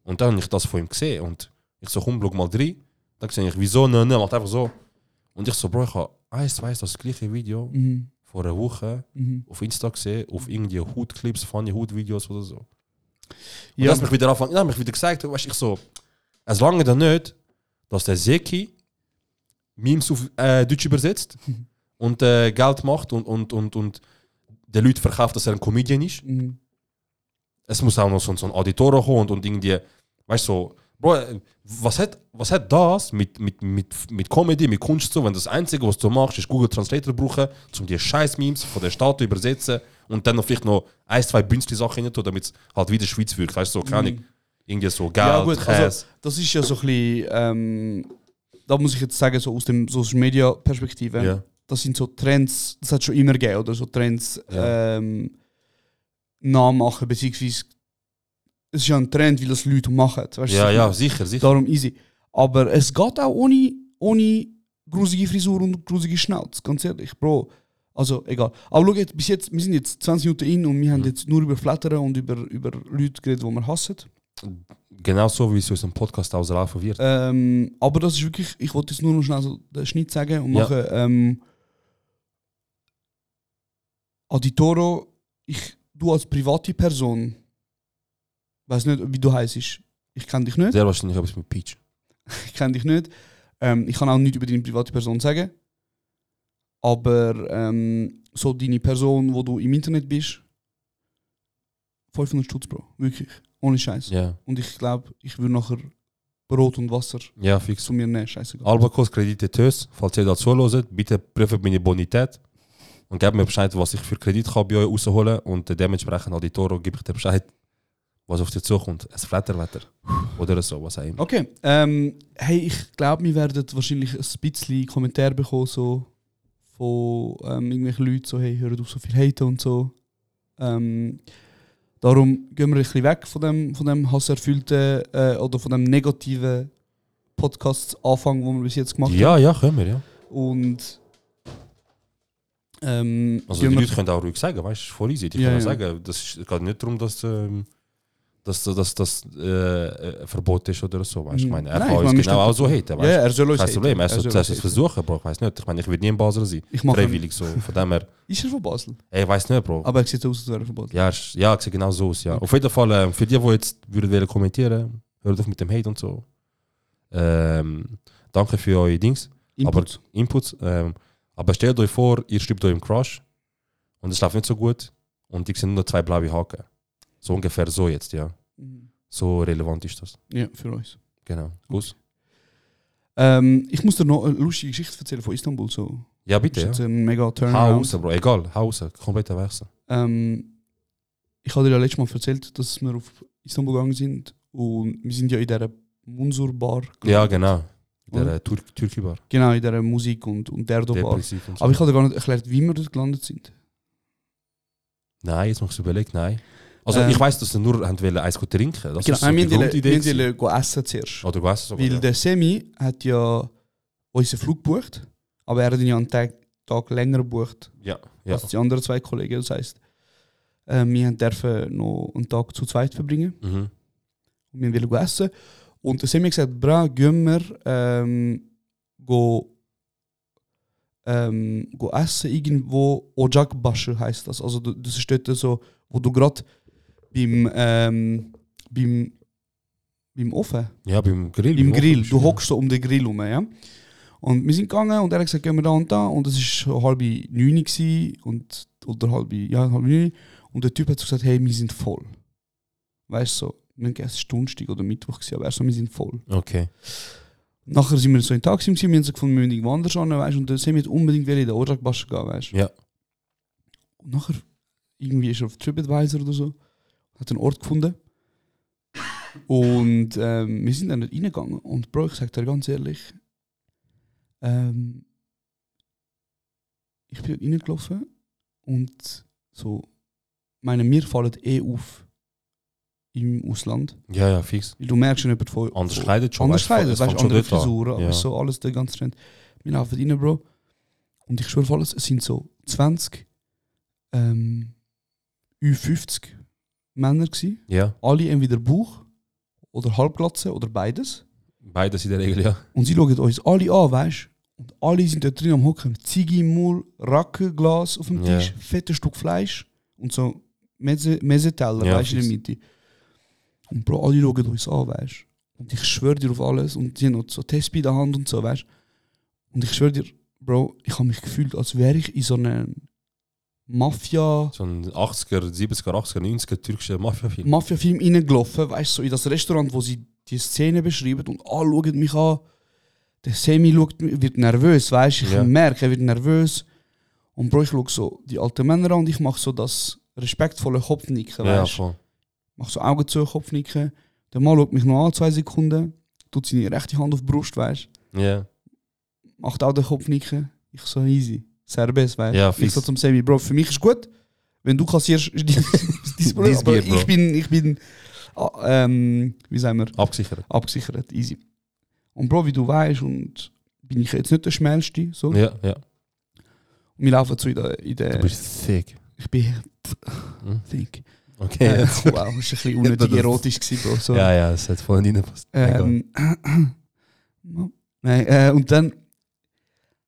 Und dann habe ich das von ihm gesehen und ich so, komm, schau mal rein. Dann sehe ich, wieso, ne, ne, macht einfach so. Und ich so, Bro, ich habe eins, zwei, das gleiche Video Mhm. vor einer Woche Mhm. auf Insta gesehen, auf irgendwie Hutclips, funny Hutvideos oder so. Und Ja. das hat mich wieder anfangen, dann hat mich wieder gesagt, weißt du, ich so, es lange dann nicht, dass der Seki Memes auf äh, Deutsch übersetzt und äh, Geld macht und, und, und, und den Leuten verkauft, dass er ein Comedian ist. Mhm. Es muss auch noch so, so ein Auditor kommen und, und irgendwie, weißt du, so, Bro, äh, was hat, was hat das mit, mit, mit, mit Comedy, mit Kunst zu, wenn das Einzige, was du machst, ist Google Translator brauchen, um die scheiß Memes von der Stadt zu übersetzen und dann noch vielleicht noch ein, zwei bünzli Sachen rein tun, damit es halt wieder Schweiz wirkt, weißt du, so, keine Ahnung, irgendwie so Geld, Mhm. Ja, gut, also, Käse. das ist ja so ein bisschen, ähm, da muss ich jetzt sagen, so aus dem Social Media Perspektive, Ja. das sind so Trends, das hat schon immer gegeben, oder so Trends Ja. ähm, nachmachen, beziehungsweise es ist ja ein Trend, weil das Leute machen. Weißt du, ja, so- ja, sicher, sicher. Darum easy. Aber es geht auch ohne, ohne grusige Frisur und grusige Schnauze, ganz ehrlich, Bro. Also egal. Aber schau jetzt, bis jetzt, wir sind jetzt 20 Minuten in und Mhm. wir haben jetzt nur über Flattern und über, über Leute geredet, die wir hassen. Genau so, wie es in unserem Podcast auslaufen wird. Ähm, aber das ist wirklich, ich wollte jetzt nur noch schnell so den Schnitt sagen und Ja. machen. Ähm, Aditoro, ich, du als private Person, weiß nicht, wie du heißt. Ich kenne dich nicht. Sehr wahrscheinlich etwas mit Peach. Ich kenne dich nicht. Ähm, ich kann auch nichts über deine private Person sagen. Aber ähm, so deine Person, wo du im Internet bist, 500 Stutz, Bro. Wirklich. Ohne Scheiß. Ja, Und ich glaube, ich würde nachher Brot und Wasser ja, fix. zu mir nehmen. Scheißegal. Albacos Kredite TÖS, falls ihr das zuhört, bitte prüft meine Bonität und gebt mir Bescheid, was ich für Kredit kann bei euch rausholen und äh, dementsprechend an die Toro gebe ich dir Bescheid, was auf dich zukommt. Ein Flatterwetter oder so, was auch immer. Okay. Ähm, hey, ich glaube, wir werden wahrscheinlich ein bisschen Kommentare bekommen, so von ähm, irgendwelchen Leuten, so hey, hört auf so viel haten und so. Ähm, darum gehen wir ein bisschen weg von dem, von dem hasserfüllten äh, oder von dem negativen Podcast-Anfang, den wir bis jetzt gemacht Ja, ja, können wir, ja. haben. Und ähm, Also gehen die wir- Leute können auch ruhig sagen, weißt du, voll easy. Die Ja, können ja. sagen, das ist, es geht nicht darum, dass ähm, dass das, das äh, ein Verbot ist oder so, weißt du. Ich meine, er Nein, ich kann uns meine, wir genau auch so haten, ja, weißt du. er soll uns Kein haten. Problem, er soll soll es uns haten. versuchen, Bro, ich weiß nicht. Ich meine, ich will nie in Basel sein. Ich mache Freiwillig so, von dem her. Ist er von Basel? Ey, ich weiß nicht, Bro. Aber er sieht aus, als wäre er von Basel. Ja, ist- ja, ich sehe genau so aus. Ja. Auf jeden Fall, ähm, für die, die jetzt würden wollen kommentieren, hört auf mit dem Hate und so. Ähm, danke für eure Dings, Input. aber Inputs. Ähm, aber stellt euch vor, ihr schreibt euch im Crush und es läuft nicht so gut und ich sind nur zwei blaue Haken. So ungefähr so jetzt, ja. So relevant ist das. Mhm. ja, für uns. Genau. Guss? Ähm, ich muss dir noch eine lustige Geschichte erzählen von Istanbul. So. Ja, Das bitte. ist Ja. jetzt ein mega Hau Turnaround. raus, Bro. Egal, hau raus. Komplett wechseln. Ähm, ich habe dir ja letztes Mal erzählt, dass wir auf Istanbul gegangen sind und wir sind ja in dieser Munsur-Bar. Ja, genau. Der Oder? äh, Tür Türki-Bar. Genau, in dieser Musik- und, und Derdo-Bar. Depressiv und so. Aber ich habe dir gar nicht erklärt, wie wir dort gelandet sind. Nein, jetzt machst du überlegt, nein. Also Ähm, ich weiß, dass sie nur haben wollen Eis trinken. Das genau, ist so nein, die wir wollten- Grundidee. wir gewesen. wollten gehen essen zuerst. Oder was? sogar, Weil ja. der Semi hat ja unseren Flug gebucht, aber er hat ihn ja einen Tag, Tag länger gebucht. Ja, ja. als die anderen zwei Kollegen. Das heisst, äh, wir haben dürfen noch einen Tag zu zweit verbringen Mhm. und wir wollen essen. Und dann haben wir gesagt, bra, gehen wir ähm, go, ähm, go essen irgendwo. Ojakbasche heisst das. Also du- das ist dort so, wo du gerade beim, ähm, beim, beim Ofen ja, beim Grill. im beim Grill. Ofen- Du hockst so um den Grill rum, ja. Und wir sind gegangen und er hat gesagt, gehen wir da und da. Und es ist halb neun gsi und oder halb, ja, halb neun. Und der Typ hat so gesagt, hey, wir sind voll. Weißt du, so, wir haben es ist Donnerstag oder Mittwoch gsi, aber er so, wir sind voll. Okay. Nachher sind wir so in Taxi gsi, wir haben so gefunden, wir müssen irgendwo anders hin, weißt du. Und dann sind wir unbedingt wieder in den Orakbasch gehen, weißt du. Ja. Und nachher irgendwie ist er auf TripAdvisor oder so, hat einen Ort gefunden. Und ähm, wir sind dann nicht reingegangen. Und Bro, ich sag dir ganz ehrlich, ähm, ich bin dort reingelaufen und so, ich meine, mir fallen eh auf im Ausland. Ja, ja, fix. Weil du merkst schon jemand von. Anders von- kleidet schon. Anders weißt du, Kleider, weißt es du, fängt schon andere dort an. Frisuren, aber Ja. so alles der ganze Trend. Wir laufen rein, Bro. Und ich schwöre auf alles, es sind so 20 ähm, Ü50 Männer gewesen. Ja, Alle entweder Bauch oder Halbglatze oder beides. beides in der Regel, ja. Und sie schauen uns alle an, weißt du? Und alle sind dort drin am Hocken. Ziege im Maul, Rackenglas auf dem Ja. Tisch, fettes Stück Fleisch und so Mese- Meseteller, Ja, weißt du, in der fix. Mitte. Und Bro, alle schauen uns an, weißt du? Und ich schwöre dir auf alles. Und sie haben noch so Tests bei der Hand und so, weißt du? Und ich schwöre dir, Bro, ich habe mich gefühlt, als wäre ich in so einer Mafia. So ein 80er, 70er, 80er, 90er türkischer Mafia-Film. Mafia-Film reingelaufen, weißt du, so in das Restaurant, wo sie die Szene beschreiben und alle schauen mich an. Der Semi schaut, mi- wird nervös, weißt du, ich Ja. merke, er wird nervös. Und Bro, ich schaue so die alten Männer an und ich mache so das respektvolle Kopfnicken, Ja, weißt du. voll. mache so Augen zu, Kopfnicken. Der Mann schaut mich noch an, zwei Sekunden, tut seine rechte Hand auf die Brust, weißt du, Ja, macht auch den Kopfnicken. Ich so easy, serbes, weißt du. Ja, ich fix. so zum Semi, Bro, für mich ist gut, wenn du kassierst, ist dein, dein Problem. Dein Aber Bier, Bro. ich bin, ich bin, ah, ähm, wie sagen wir, abgesichert. abgesichert, easy. Und Bro, wie du weißt, und bin ich jetzt nicht der Schnellste, so. Ja, ja. Und wir laufen so in der, in der bist thick. ich bin, Mhm. think. Okay, Äh, wow, jetzt. das war ein bisschen unnötig das- erotisch gewesen, Bro. So. Ja, ja, das hat voll nicht gepasst. Egal. Ähm, Nein, äh, und dann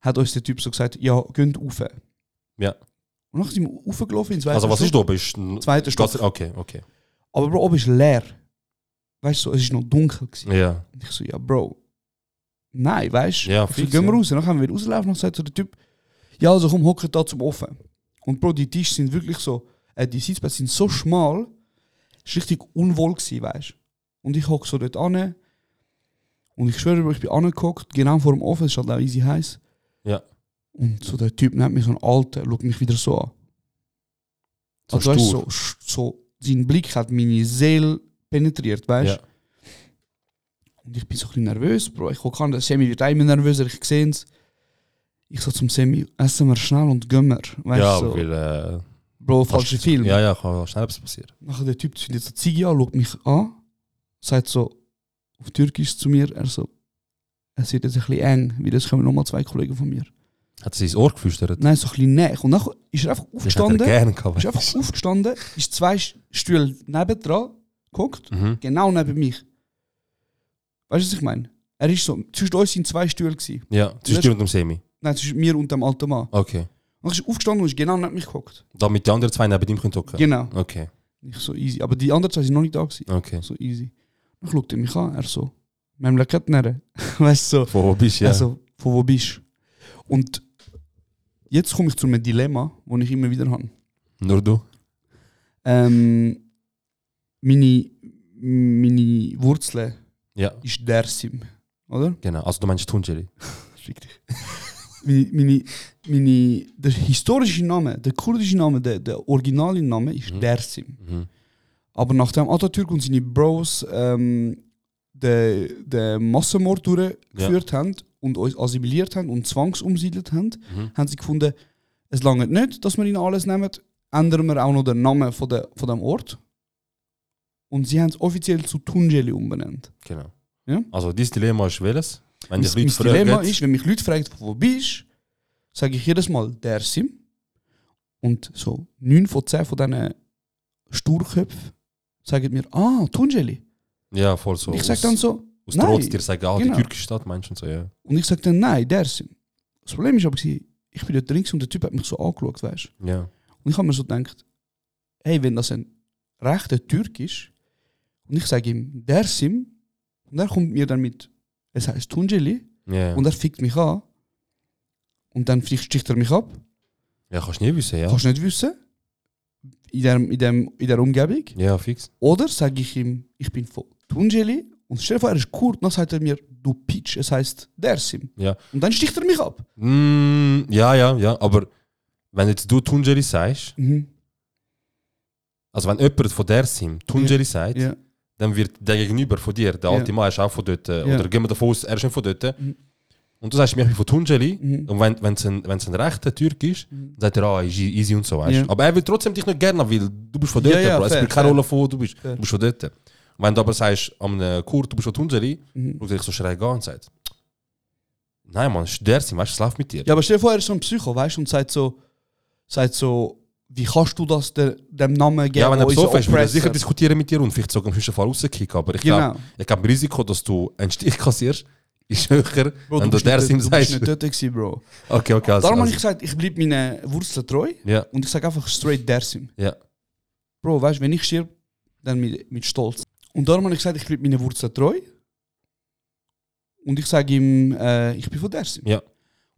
hat uns der Typ so gesagt, ja, geht rauf. Ja. Und nachher sind wir raufgelaufen ins Also, was ist da oben? Ist Zweiter Stock. Stock. Okay, okay. Aber Bro, oben ist leer. Weißt du, so, es ist noch dunkel gewesen. Ja, Und ich so, ja, Bro. Nein, weißt du? Ja, ich so, fix, gehen wir ja. raus. Und dann haben wir wieder rauslaufen und dann sagt so der Typ, ja, also komm, hocken da zum Offen. Und Bro, die Tische sind wirklich so, äh, die Sitzplätze sind so schmal, es war richtig unwohl gewesen, weißt du? Und ich hocke so dort an. Und ich schwöre, Bro, ich bin angehockt, genau vor dem Ofen, es ist halt auch easy heiß. Ja. Und so der Typ nimmt mich so einen alten, schaut mich wieder so an. so also, weißt, du, stur. so, so, sein Blick hat meine Seele penetriert, weißt du? Ja. Und ich bin so ein bisschen nervös, Bro. Ich gucke an, der Semi wird auch immer nervöser, ich sehe es. Ich so zum Semi, essen wir schnell und gehen wir. Weißt Ja, du, so, weil. äh, Bro, falscher kannst- Film. Ja, ja, kann schnell etwas passieren. Nachher der Typ zündet so die Ziege an, schaut mich an, sagt so auf Türkisch zu mir, er so, es wird jetzt ein bisschen eng, weil das kommen nochmal zwei Kollegen von mir. Hat sie ins Ohr geflüstert? Nein, so ein bisschen näher. Und nachher ist er einfach Das hat er aufgestanden, gerne gehabt. ist einfach aufgestanden, ist zwei Stühle nebendran geguckt, Mhm. genau neben mich. Weißt du, was ich meine? Er ist so, zwischen uns sind zwei Stühle gewesen. Ja, zwischen dir und dem Semi. Nein, zwischen mir und dem alten Mann. Okay. Und ich ist aufgestanden und ist genau neben mich geguckt. Damit die anderen zwei neben ihm können hocken. Genau. Okay, Ich so easy. Aber die anderen zwei sind noch nicht da gewesen. okay. So easy. Dann schaut er mich an, er so, Memleket nere. Weißt du, so, Von wo bist du? Ja. also, von wo bist du? Und jetzt komme ich zu einem Dilemma, das ich immer wieder habe. Nur du? Ähm, meine, meine Wurzel Ja, ist Dersim, oder? genau. Also du meinst Tunjeli. Fick dich. meine, meine, meine, der historische Name, der kurdische Name, der, der originale Name ist Mhm. Dersim. Mhm. Aber nachdem Atatürk und seine Bros ähm, den, den Massenmord durchgeführt haben und uns assimiliert haben und zwangsumsiedelt haben, Mhm. haben sie gefunden, es lange nicht, dass wir ihnen alles nehmen, ändern wir auch noch den Namen von, der, von dem Ort. Und sie haben es offiziell zu Tunjeli umbenannt. Genau. Ja. Also dein Dilemma ist welches? Wenn dich mein Leute mein Dilemma fragen, ist, wenn mich Leute fragen, wo bist du, sage ich jedes Mal Dersim. Und so 9 von 10 von diesen Sturköpfen sagen mir, ah, Tunjeli. ja, voll so. Und ich sage aus- dann so, Aus nein. Trotz dir sagen, ah, Genau. die türkische Stadt meinst du und so, ja. und ich sage dann, nein, Dersim. Das Problem ist aber, gewesen, ich bin dort links und der Typ hat mich so angeschaut, weißt du. Ja, Und ich habe mir so gedacht, hey, wenn das ein rechter Türk ist, und ich sage ihm, Dersim, und er kommt mir dann mit, es heißt Tunjeli, ja. und er fickt mich an, und dann vielleicht sticht er mich ab, Ja, kannst du nie wissen, ja. kannst du nicht wissen, in der, in dem, in der Umgebung. Ja, fix. Oder sage ich ihm, ich bin von Tunjeli und stell dir vor, er ist Kurd, dann sagt er mir, du Pitsch, es heißt Dersim. Ja. Und dann sticht er mich ab. Mm, ja, ja, ja. Aber wenn jetzt du Tunjeli sagst, Mhm. also wenn jemand von der Sim Tunjeli sagt, Ja. dann wird der Gegenüber von dir, der alte Ja. Mann ist auch von dort, äh, Ja. oder gehen wir davon aus, er ist nicht von dort. Mhm. Und du sagst, ich bin von Tunjeli. Mhm. Und wenn wenn es ein, wenn's ein rechter Türk ist, dann sagt er, ah, easy, easy und so, weißt Ja. du. Aber er will trotzdem dich nicht gerne, haben, weil du bist von dort, Ja, ja, Bro. Es fair, spielt keine fair. Rolle, von wo du bist. Fair. Du bist von dort. Und wenn du aber sagst, am Kurd, du bist von Tunjeli, Mhm. schaut er dich so schräg an und sagt, nein, Mann, es ist der Sim, weißt du, es läuft mit dir. ja, aber stell dir vor, er ist so ein Psycho, weißt du, und sagt so, sagt so, wie kannst du das der, dem Namen geben? Ja, wenn der du unseren so fest wir Oppressor- sicher diskutieren mit dir und vielleicht sogar im höchsten Fall rauskicken. Aber ich Genau. glaube, ich glaube, das Risiko, dass du einen Stich kassierst, ist höher, Bro, du wenn du bist der nicht, Sim du bist sagst. nicht dort gewesen, Bro. Okay, okay, also. Darum habe ich also. gesagt, ich bleibe meinen Wurzeln treu Ja, und ich sage einfach straight der Sim. ja. Bro, weißt du, wenn ich stirb, dann mit, mit Stolz. Und darum habe ich gesagt, ich bleibe meinen Wurzeln treu. Und ich sage ihm, äh, ich bin von Dersim. Ja.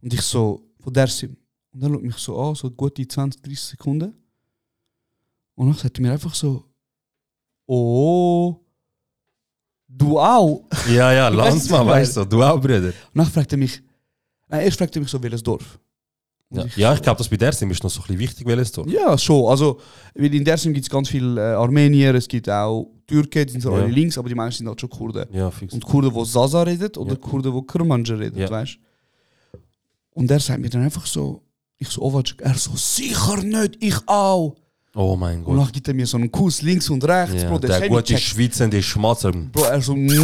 Und ich so, von Dersim. Und er schaut mich so an, so gute 20, 30 Sekunden. Und dann sagt er mir einfach so, oh, du auch? Ja, ja, Landsmann, Weißt du, weißt du, du auch, Bruder. Und dann fragt er mich, nein, erst fragt er mich so, welches Dorf? Und Ja, ja ich glaube, dass bei der Sim ist noch so ein bisschen wichtig, welches Tor. Ja, schon. Also, weil in Dersim gibt es ganz viele äh, Armenier, es gibt auch Türken, die sind zwar Ja. alle links, aber die meisten sind halt schon Kurden. Ja, fix. Und Kurden, die Zaza redet oder Ja. Kurden, die Kurmanja redet, Ja. weißt Und er sagt mir dann einfach so, ich so, Ovacik, er so, sicher nicht, ich auch. Oh mein Und Gott. dann gibt er mir so einen Kuss links und rechts, Ja, Bro, der, der der gute checkt. schwitzende Schmatzer. Bro, er so, gibt Mhm.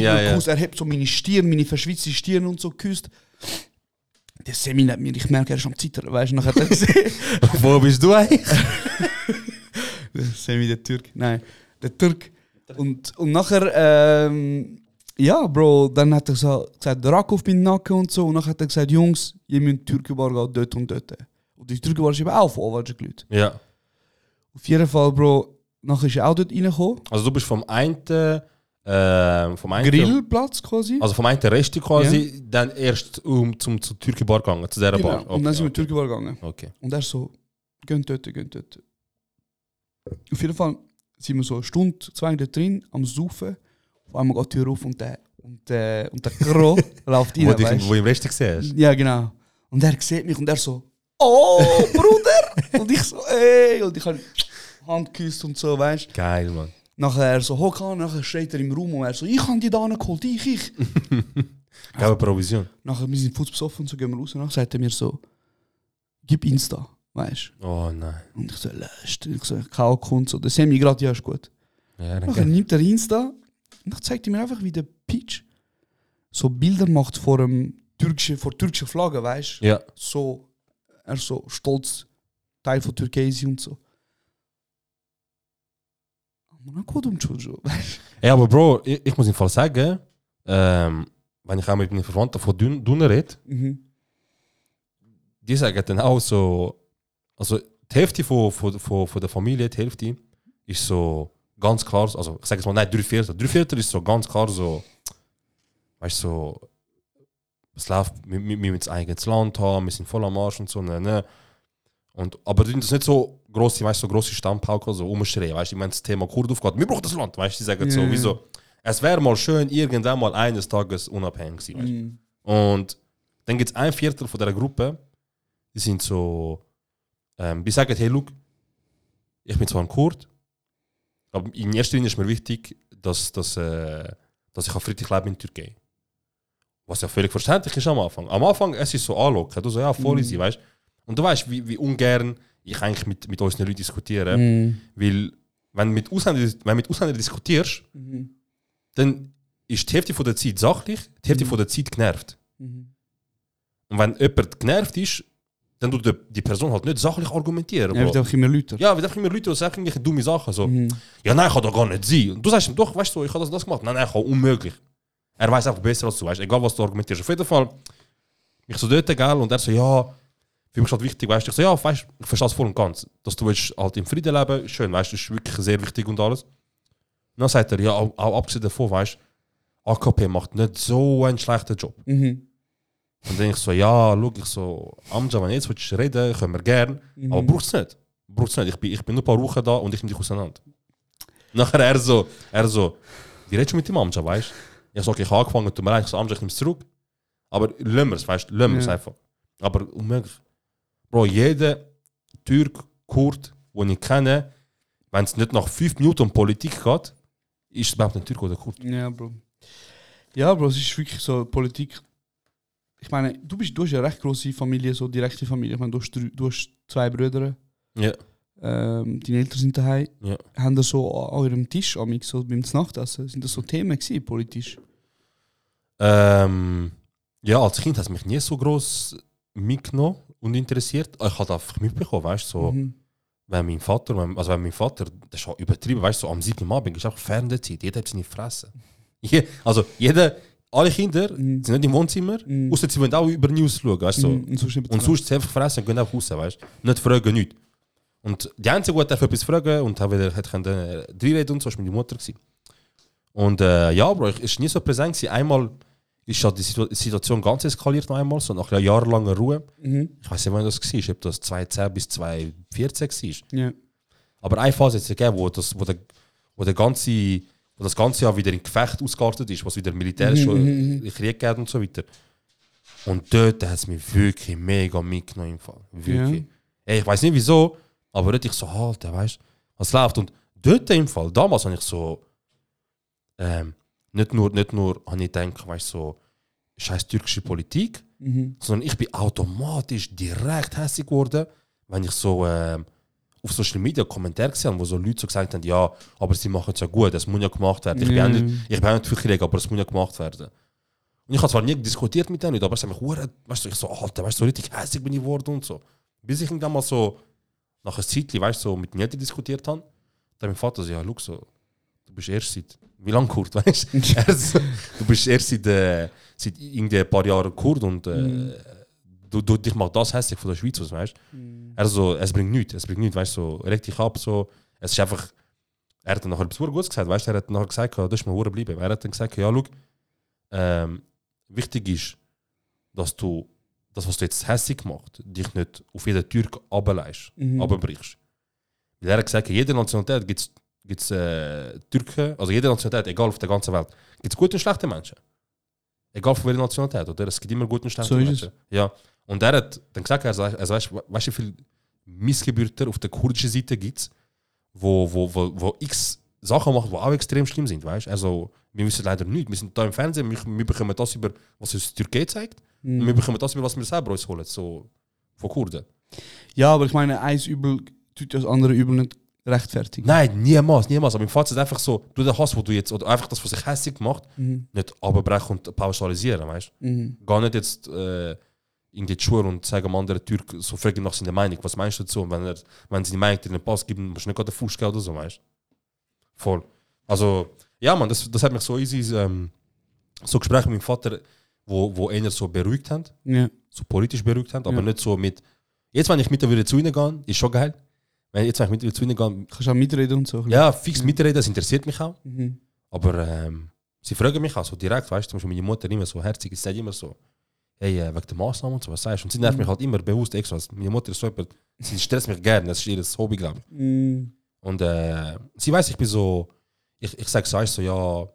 Ja, mir einen ja. Kuss, er hebt so meine Stirn, meine verschwitzte Stirn und so küsst. Der Semi hat mir, ich merke, er ist am Zittern, weißt du, nachher hat er gesehen. Wo bist du eigentlich? Semi, der Türk. Nein, der Türk. Und, und nachher, ähm, ja, Bro, dann hat er so gesagt, Rack auf meinen Nacken und so. Und dann hat er gesagt, Jungs, ihr müsst Türkenbar gehen, dort und dort. Und die Türkenbar ist eben auch von Ovacık Leute. Ja. Auf jeden Fall, Bro, nachher ist er auch dort reingekommen. Also du bist vom einen, äh, vom einen Grillplatz quasi. Also vom einen Rest quasi, dann erst um zum, zur Türkei-Bar gegangen, zu dieser genau. Bar. und dann sind wir okay. Türkenbar gegangen. okay. Und er so, geht dort, geht dort. Auf jeden Fall sind wir so eine Stunde, zwei dort drin, am Saufen. Auf einmal geht die Tür auf und der, und der, und der Kro läuft rein, Wo, dich, weißt wo du im Rest gesehen hast. Ja, genau. Und er sieht mich und er so, oh, Bruder! und ich so, ey! Und ich habe Hand geküsst und so, weißt Geil, Mann. Nachher er so, hock an, nachher schreit er im Raum und er so, ich habe die da geholt, ich, ich. Geile Provision. nachher, wir sind futzbesoffen und so, gehen wir raus. Und dann sagt er mir so, gib Insta, weißt Oh nein. Und ich so, löscht. Ich so, kaum kommt so. Der Sammy gerade, ja, ist gut. Ja, Nachher danke. nimmt er Insta und dann zeigt er mir einfach, wie der Peach so Bilder macht vor dem türkischen, vor türkischer Flagge, weißt Ja. So, er so stolz, Teil von Türkei ist und so. Man hat gut um Jojo, weißt ja, aber Bro, ich, ich muss im Fall sagen, ähm, wenn ich auch mit meinen Verwandten von Dun- Dunner rede, mhm. die sagen dann auch so, also die Hälfte von, von, von, von der Familie, die Hälfte, ist so ganz klar, also ich sage jetzt mal, nein, drei Viertel. Drei Viertel ist so ganz klar so, weißt du, so, es läuft, wir, wir wir müssen ein eigenes Land haben, wir sind voll am Arsch und so, ne, ne. Und, aber die sind das nicht so grosse, weißt du, so grosse Stammpauker, so umschreien, weißt du, wenn das Thema Kurd aufgeht, wir brauchen das Land, weißt du, die sagen so, Ja. wieso, es wäre mal schön, irgendwann mal eines Tages unabhängig Mhm. zu sein, weißt du. Und dann gibt es ein Viertel von dieser Gruppe, die sind so, ähm, die sagen, hey, look, ich bin zwar ein Kurd, aber in erster Linie ist mir wichtig, dass, dass, äh, dass ich auch friedlich lebe in der Türkei. Was ja völlig verständlich ist am Anfang. Am Anfang, es ist so anlocken, du so, ja, voll easy, weißt Und du weißt, wie, wie ungern ich eigentlich mit, mit unseren Leuten Mhm. diskutiere, weil wenn du mit Ausländern, wenn du mit Ausländern diskutierst, Mhm. dann ist die Hälfte von der Zeit sachlich, die Hälfte von der Zeit genervt. Mhm. Und wenn jemand genervt ist, dann tut die- die Person halt nicht sachlich argumentieren. Er Bro. wird einfach immer lauter. Ja, wir dürfen immer Leute die sagen irgendwelche dumme Sachen. So. Mhm. Ja, nein, kann doch gar nicht sein. Und du sagst ihm doch, weißt du, ich habe das, und das gemacht. Nein, nein, kann unmöglich. Er weiß einfach besser als du, weißt egal was du argumentierst. Auf jeden Fall, ich so dort, gell, und er so, ja, für mich ist halt wichtig, weißt du, ich so, ja, weißt, ich verstehe es voll und ganz, dass du willst halt im Frieden leben, ist schön, weißt du, das ist wirklich sehr wichtig und alles. Und dann sagt er, ja, auch, auch abgesehen davon, weißt du, AKP macht nicht so einen schlechten Job. Mhm. Und dann ich so, ja, schau, ich so, Amja, wenn jetzt willst du reden, können wir gerne, Mhm. aber brauchst du nicht. Brauchst du nicht. Ich bin, ich bin nur ein paar Wochen da und ich nehme dich auseinander. Nachher er so, er so, wie redest du mit dem Amja, weißt du? Ich so, okay, ich habe angefangen, tut mir leid, ich so, Amja, ich nehme es zurück. Aber lassen wir es, weißt du, lassen wir es Ja. einfach. Aber unmöglich. Bro, jeder Türk, Kurd, den ich kenne, wenn es nicht nach fünf Minuten um Politik geht, ist es überhaupt ein Türk oder Kurd. Ja, Bro. Ja, Bro, es ist wirklich so Politik. Ich meine, du bist du hast eine recht große Familie, so direkte Familie. Ich meine, du hast, drei, du hast zwei Brüder. Ja. Ähm, deine Eltern sind daheim. Ja. Haben da so an eurem Tisch, amig, so beim Nachtessen, sind das so Themen gewesen, politisch? Ähm, ja, als Kind hat es mich nie so groß mitgenommen und interessiert. Ich habe einfach mitbekommen, weißt du, so, Mhm. wenn mein Vater, wenn, also wenn mein Vater, das ist schon übertrieben, weißt du, so am 7. Abend ist einfach Fernsehzeit, jeder hat seine Fresse. Je, also jeder, alle Kinder sind nicht im Wohnzimmer, außer sie wollen auch über News schauen, weißt du. Mhm. Und sonst nicht Und sonst sind sie einfach fressen und gehen auch raus, weißt du. Nicht fragen, nichts. Und die Einzige, die darf etwas fragen und auch wieder hat können, äh, reinreden und so, war meine Mutter. Gewesen. Und äh, ja, Bro, ich ist nie so präsent gewesen. Einmal ist halt die Situ Situation ganz eskaliert noch einmal, so nach einer jahrelangen Ruhe. Mhm. Ich weiß nicht, wann das war, ob das 2010 bis 2014 war. Ja. Aber eine Phase hat es gegeben, wo das, wo der, wo der ganze, wo das ganze Jahr wieder in Gefecht ausgeartet ist, was wieder militärisch mhm. Krieg gegeben und so weiter. Und dort hat es mich wirklich mega mitgenommen. Im Fall. Wirklich. Ey, ich weiß nicht wieso, aber dort ich so, Alter, weißt du, was läuft. Und dort im Fall, damals habe ich so, ähm, nicht nur, nicht nur habe ich gedacht, weißt du, so, scheiß türkische Politik, Mhm. sondern ich bin automatisch direkt hässlich geworden, wenn ich so ähm, auf Social Media Kommentare gesehen habe, wo so Leute so gesagt haben, ja, aber sie machen es ja gut, das muss ja gemacht werden. Ich, bin, auch nicht, ich bin auch nicht für Krieg, aber es muss ja gemacht werden. Und ich habe zwar nie diskutiert mit denen, Leuten, aber es hat mich hure- weißt du, ich so, Alter, weißt du, so richtig hässlich bin ich geworden und so. Bis ich irgendwann mal so nach einer Zeit, weißt du, so mit mir diskutiert habe, dann mein Vater so, ja, schau so, du bist erst seit, wie lange Kurd, weißt du? Erst- Also, du bist erst seit, äh, seit irgendwie ein paar Jahren Kurd und äh, du, du, dich macht das hässlich von der Schweiz aus, weißt du? Also, es bringt nichts, es bringt nichts, weißt du, so, reg dich ab, so, es ist einfach, er hat dann nachher etwas hure Gutes gesagt, weißt du, er hat nachher gesagt, das ist mir hure bleiben. Er hat dann gesagt, ja, schau, ähm, wichtig ist, dass du das, was du jetzt hässlich gemacht dich nicht auf jeden Türk runterleihst, Mhm. runterbrichst. Weil er hat gesagt, in jeder Nationalität gibt es äh, Türken, also jede Nationalität, egal auf der ganzen Welt, gibt es gute und schlechte Menschen. Egal von welcher Nationalität, oder? Es gibt immer gute und schlechte So ist Menschen. Ja. Und er hat dann gesagt, also, also weißt du, wie viele Missgebürter auf der kurdischen Seite gibt es, wo, wo, wo, wo x Sachen machen, die auch extrem schlimm sind, weißt Also, wir wissen leider nicht. Wir sind da im Fernsehen, wir, wir bekommen das über, was uns die Türkei zeigt, Mhm. und wir bekommen das über, was wir selber uns holen, so von Kurden. ja, aber ich meine, eins Übel tut das andere Übel nicht rechtfertigen. Nein, niemals, niemals. Aber im Fazit einfach so, du den Hass, wo du jetzt, oder einfach das, was sich hässlich macht, Mhm. nicht abbrechen und pauschalisieren, weißt du? Gar nicht jetzt äh, in die Schuhe und sagen am anderen Türk, so fragen nach seiner Meinung, was meinst du dazu? Und wenn, er, wenn seine Meinung dir nicht passt, geben, musst du nicht gerade den Fuß geben oder so, weißt du? Voll. Also, ja, man, das, das hat mich so easy, ähm, so Gespräche mit meinem Vater, wo, wo einer so beruhigt haben Ja. so politisch beruhigt haben, aber Ja. nicht so mit. Jetzt, wenn ich mit dir wieder zu ihnen gehe, ist schon geil. Wenn jetzt, wenn ich mit dir zu ihnen gehe, Kannst auch mitreden und so. ja, fix mitreden, das interessiert mich auch. Mhm. Aber ähm, sie fragen mich auch so direkt, weißt du, zum Beispiel meine Mutter immer so herzig, sie sagt immer so, hey, äh, wegen der Maßnahmen und so, was sagst du? Und sie nervt mich halt immer bewusst extra. Meine Mutter ist so jemand, sie stresst mich gerne, das ist ihr Hobby, glaube ich. Mhm. Und äh, sie weiß, ich bin so, ich, ich sage so, so, ja,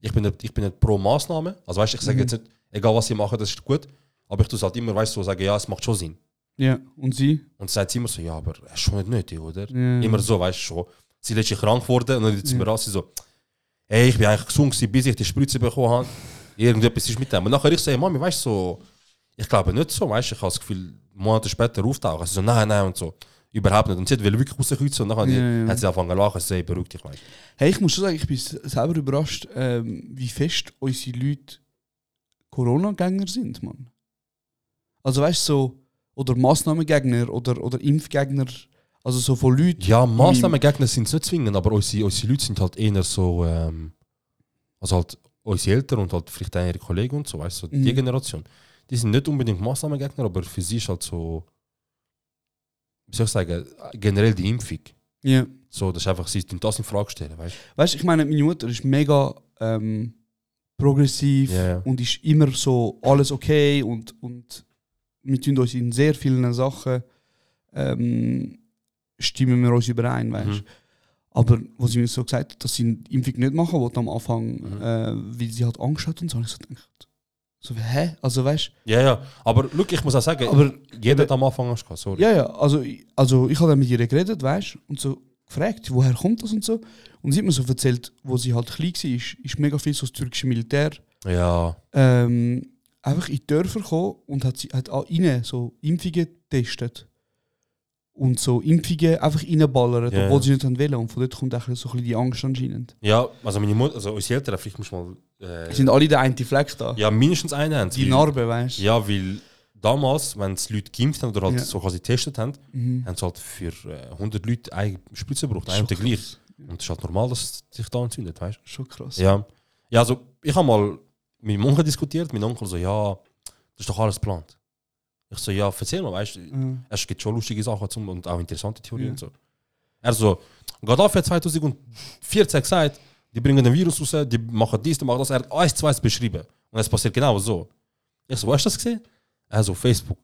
ich bin, nicht, ich bin nicht pro Maßnahme. Also weißt du, ich sage jetzt nicht, egal was sie machen, das ist gut. Aber ich tue es halt immer, weißt du, so sagen, ja, es macht schon Sinn. Ja, und sie? Und sagt sie immer so, ja, aber es ist schon nicht nötig, oder? Ja. Immer so, weißt du schon. Sie ist letztlich krank geworden und dann wird sie mir raus, sie so, ey, ich bin eigentlich gesund gewesen, bis ich die Spritze bekommen habe. Irgendetwas ist mit dem. Und nachher ich so, hey, Mami, weißt du, so, ich glaube nicht so, weißt du, ich habe das Gefühl, Monate später auftauchen. Sie so, nein, nein und so. Überhaupt nicht. Und sie hat will wirklich rauskreuzen und nachher Ja, ja. hat sie angefangen zu lachen, sie so, hey, beruhig dich, weißt du. Hey, ich muss schon sagen, ich bin s- selber überrascht, ähm, wie fest unsere Leute Corona-Gänger sind, Mann. Also weißt du, so, oder Massnahmengegner oder, oder Impfgegner, also so von Leuten. Ja, Maßnahmengegner sind es nicht zwingend, aber unsere, unsere Leute sind halt eher so, ähm, also halt unsere Eltern und halt vielleicht auch ihre Kollegen und so, weißt du, so die Mhm. Generation. Die sind nicht unbedingt Maßnahmengegner, aber für sie ist halt so, wie soll ich sagen, generell die Impfung. Ja. So, das ist einfach, sie tun das in Frage stellen, weißt du. Weißt du, ich meine, meine Mutter ist mega ähm, progressiv Ja, ja. und ist immer so alles okay und, und wir tun uns in sehr vielen Sachen ähm, stimmen wir uns überein, weißt du. Mhm. Aber was sie mir so gesagt hat, dass sie die Impfung nicht machen wollte am Anfang, Mhm. äh, weil sie halt Angst hat und so, habe ich so gedacht, so, hä? Also weißt Ja, ja, aber look, ich muss auch sagen, Aber- jeder hat am Anfang Angst gehabt, sorry. Ja, ja, also, ich- also ich habe dann mit ihr geredet, weißt du, und so gefragt, woher kommt das und so. Und sie hat mir so erzählt, wo sie halt klein war, ist, ist mega viel so das türkische Militär Ja, ähm, einfach in die Dörfer gekommen und hat, sie, hat auch innen so Impfungen getestet. Und so Impfungen einfach reinballert, Ja. obwohl sie nicht wollen. Und von dort kommt auch so ein bisschen die Angst anscheinend. ja also meine Mutter, also unsere Eltern, vielleicht muss man mal, Es äh, sind alle der eine Fleck da. ja, mindestens einen haben sie. Die Narbe, weißt du? Ja, weil damals, wenn es Leute geimpft haben oder halt Ja. so quasi getestet haben, Mhm. haben sie halt für äh, 100 Leute eine Spritze gebraucht, eine und die gleiche. Und es ist halt normal, dass es sich da entzündet, weißt Schon krass. du? Ja. ja, also ich habe mal mit meinem Onkel diskutiert, mein Onkel so, ja, das ist doch alles geplant. Ich so, ja, erzähl mal, weißt du, Ja. es gibt schon lustige Sachen zum, und auch interessante Theorien Ja. und so. Er so, Gaddafi hat 2014 gesagt, die bringen den Virus raus, die machen dies, die machen das. Er hat alles zwei beschrieben. Und es passiert genau so. Ich so, wo hast du das gesehen? Er so, Facebook.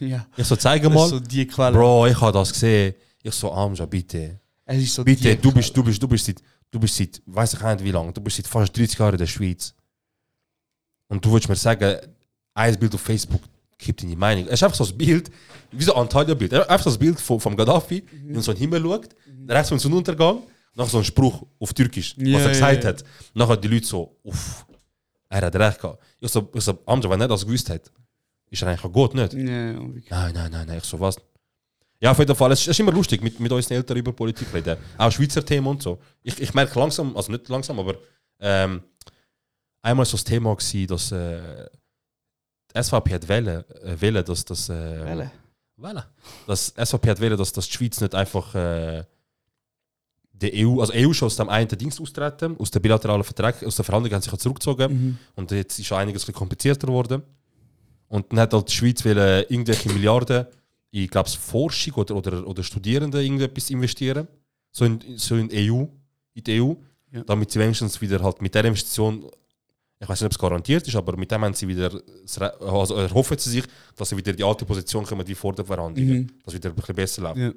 ja. Ich so, zeige Das mal. ist so die Quelle. Bro, ich habe das gesehen. Ich so, Amja, bitte. es ist so Bitte, die du bist, du bist, du bist seit, du bist seit, weiß ich nicht wie lange, du bist seit fast 30 Jahren in der Schweiz. Und du würdest mir sagen, ein Bild auf Facebook kippt in die Meinung. Es ist einfach so ein Bild, wie so ein Antalya-Bild. Einfach so ein Bild von, vom Gaddafi, Mhm. wie er so in den Himmel schaut, rechts von Sonnenuntergang, nach so ein Spruch auf Türkisch, Ja, was er ja, gesagt ja. hat. Nachher die Leute so, uff, er hat recht gehabt. Ich so, ich so Amja, wenn er das gewusst hat, ist er eigentlich gut, nicht? Ja, ja, wirklich. Nein, nein, nein, nein, ich so was. Ja, auf jeden Fall. Es ist- es ist immer lustig, mit, mit unseren Eltern über Politik reden. Auch Schweizer Themen und so. Ich, ich merke langsam, also nicht langsam, aber ähm, einmal so das Thema war, dass äh, die SVP hat wählen, äh, wählen dass das. Äh, Welle. Wählen. Dass die SVP hat wählen, dass, dass die Schweiz nicht einfach äh, der EU, also EU schon aus dem einen Dienst austreten, aus den bilateralen Verträgen, aus den Verhandlungen haben sie sich zurückgezogen. Mhm. Und jetzt ist einiges ein bisschen komplizierter geworden. Und dann hat halt die Schweiz wollen, irgendwelche Milliarden in glaub's, Forschung oder, oder, oder Studierende irgendetwas investieren. So in, so in, EU, in die EU. Ja. Damit sie wenigstens wieder halt mit der Investition, ich weiß nicht, ob es garantiert ist, aber mit dem haben sie wieder, das Re- also erhoffen sie sich, dass sie wieder in die alte Position kommen wie vor der Verhandlungen. Mhm. Dass wieder ein bisschen besser läuft. Ja.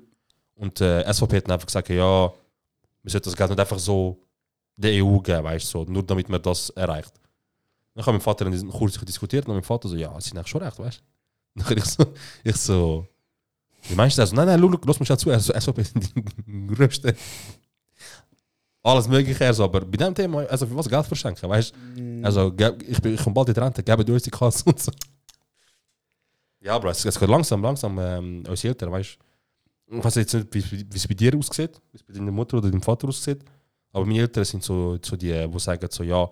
Und äh, SVP hat dann einfach gesagt, ja, wir sollten das Geld nicht einfach so der EU geben, weißt du, so, nur damit man das erreicht. Dann haben mein Vater in diesem Kurs diskutiert und mein Vater so, ja, sie haben schon recht, weißt du? Dann ich so, ich so, wie meinst du das? Nein, nein, schau, schau, lass mich dazu, also SVP sind die größte. Alles Mögliche, also, aber bei dem Thema, also für was Geld verschenken, weißt du? Also, ge- ich, bin- ich komme bald in die Rente, gebe durch die Kasse und so. Ja, Bro, es, es geht langsam, langsam, ähm, unsere Eltern, weißt du? Ich weiß jetzt nicht, wie wie es bei dir aussieht, wie es bei deiner Mutter oder deinem Vater aussieht. Aber meine Eltern sind so, so die, die sagen so, ja,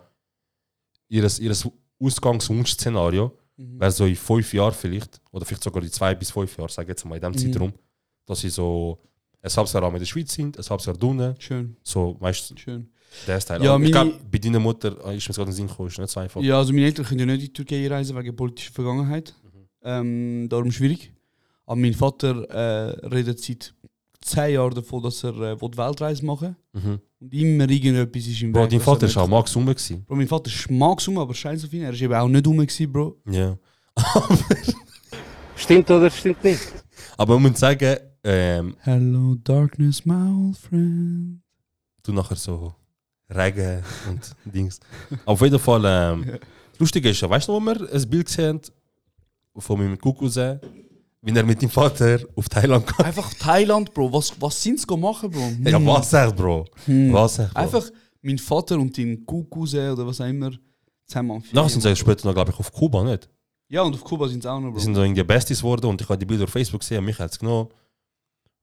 ihres, ihres Ausgangswunsch-Szenario Mhm. wäre so in fünf Jahren vielleicht, oder vielleicht sogar in zwei bis fünf Jahren, sage ich jetzt mal, in dem Mhm. Zeitraum, dass sie so ein halbes Jahr auch in der Schweiz sind, ein halbes Jahr drinnen, Schön, so, weißt du, schön. der ist Teil. Ja, Aber ich meine- glaube, bei deiner Mutter ah, ist mir gerade in den Sinn gekommen, ist nicht so einfach. Ja, also meine Eltern können ja nicht in die Türkei reisen wegen politischer Vergangenheit. Mhm. Ähm, darum schwierig. Aber mein Vater äh, redet seit 10 Jahren davon, dass er äh, will Weltreise machen Mhm. will. Und immer irgendetwas ist im Bro, Weg, dein dass er Vater nicht- ist auch Max Summe gewesen. Bro, mein Vater ist mag um, aber scheint so viel. Er ist eben auch nicht rum, gewesen, Bro. Ja. Stimmt oder stimmt nicht? Aber ich muss sagen, ähm, Hello, darkness, my old friend. du nachher so Regen und Dings. Auf jeden Fall, ähm, lustig ist ja, weißt du, wo wir ein Bild gesehen haben von meinem Kuckusen, wie er mit dem Vater auf Thailand kam? Einfach Thailand, Bro. Was, was sind sie machen, Bro? Hm. Ja, was sagt, Bro? Was sagt, Bro? Einfach mein Vater und dein Kuckusen oder was auch immer zusammen am Nachher Ferien. sind sie später noch, glaube ich, auf Kuba, nicht? Ja, und auf Kuba sind sie auch noch, Die Bro. sind so irgendwie Besties geworden und ich habe die Bilder auf Facebook gesehen, mich hat es genommen.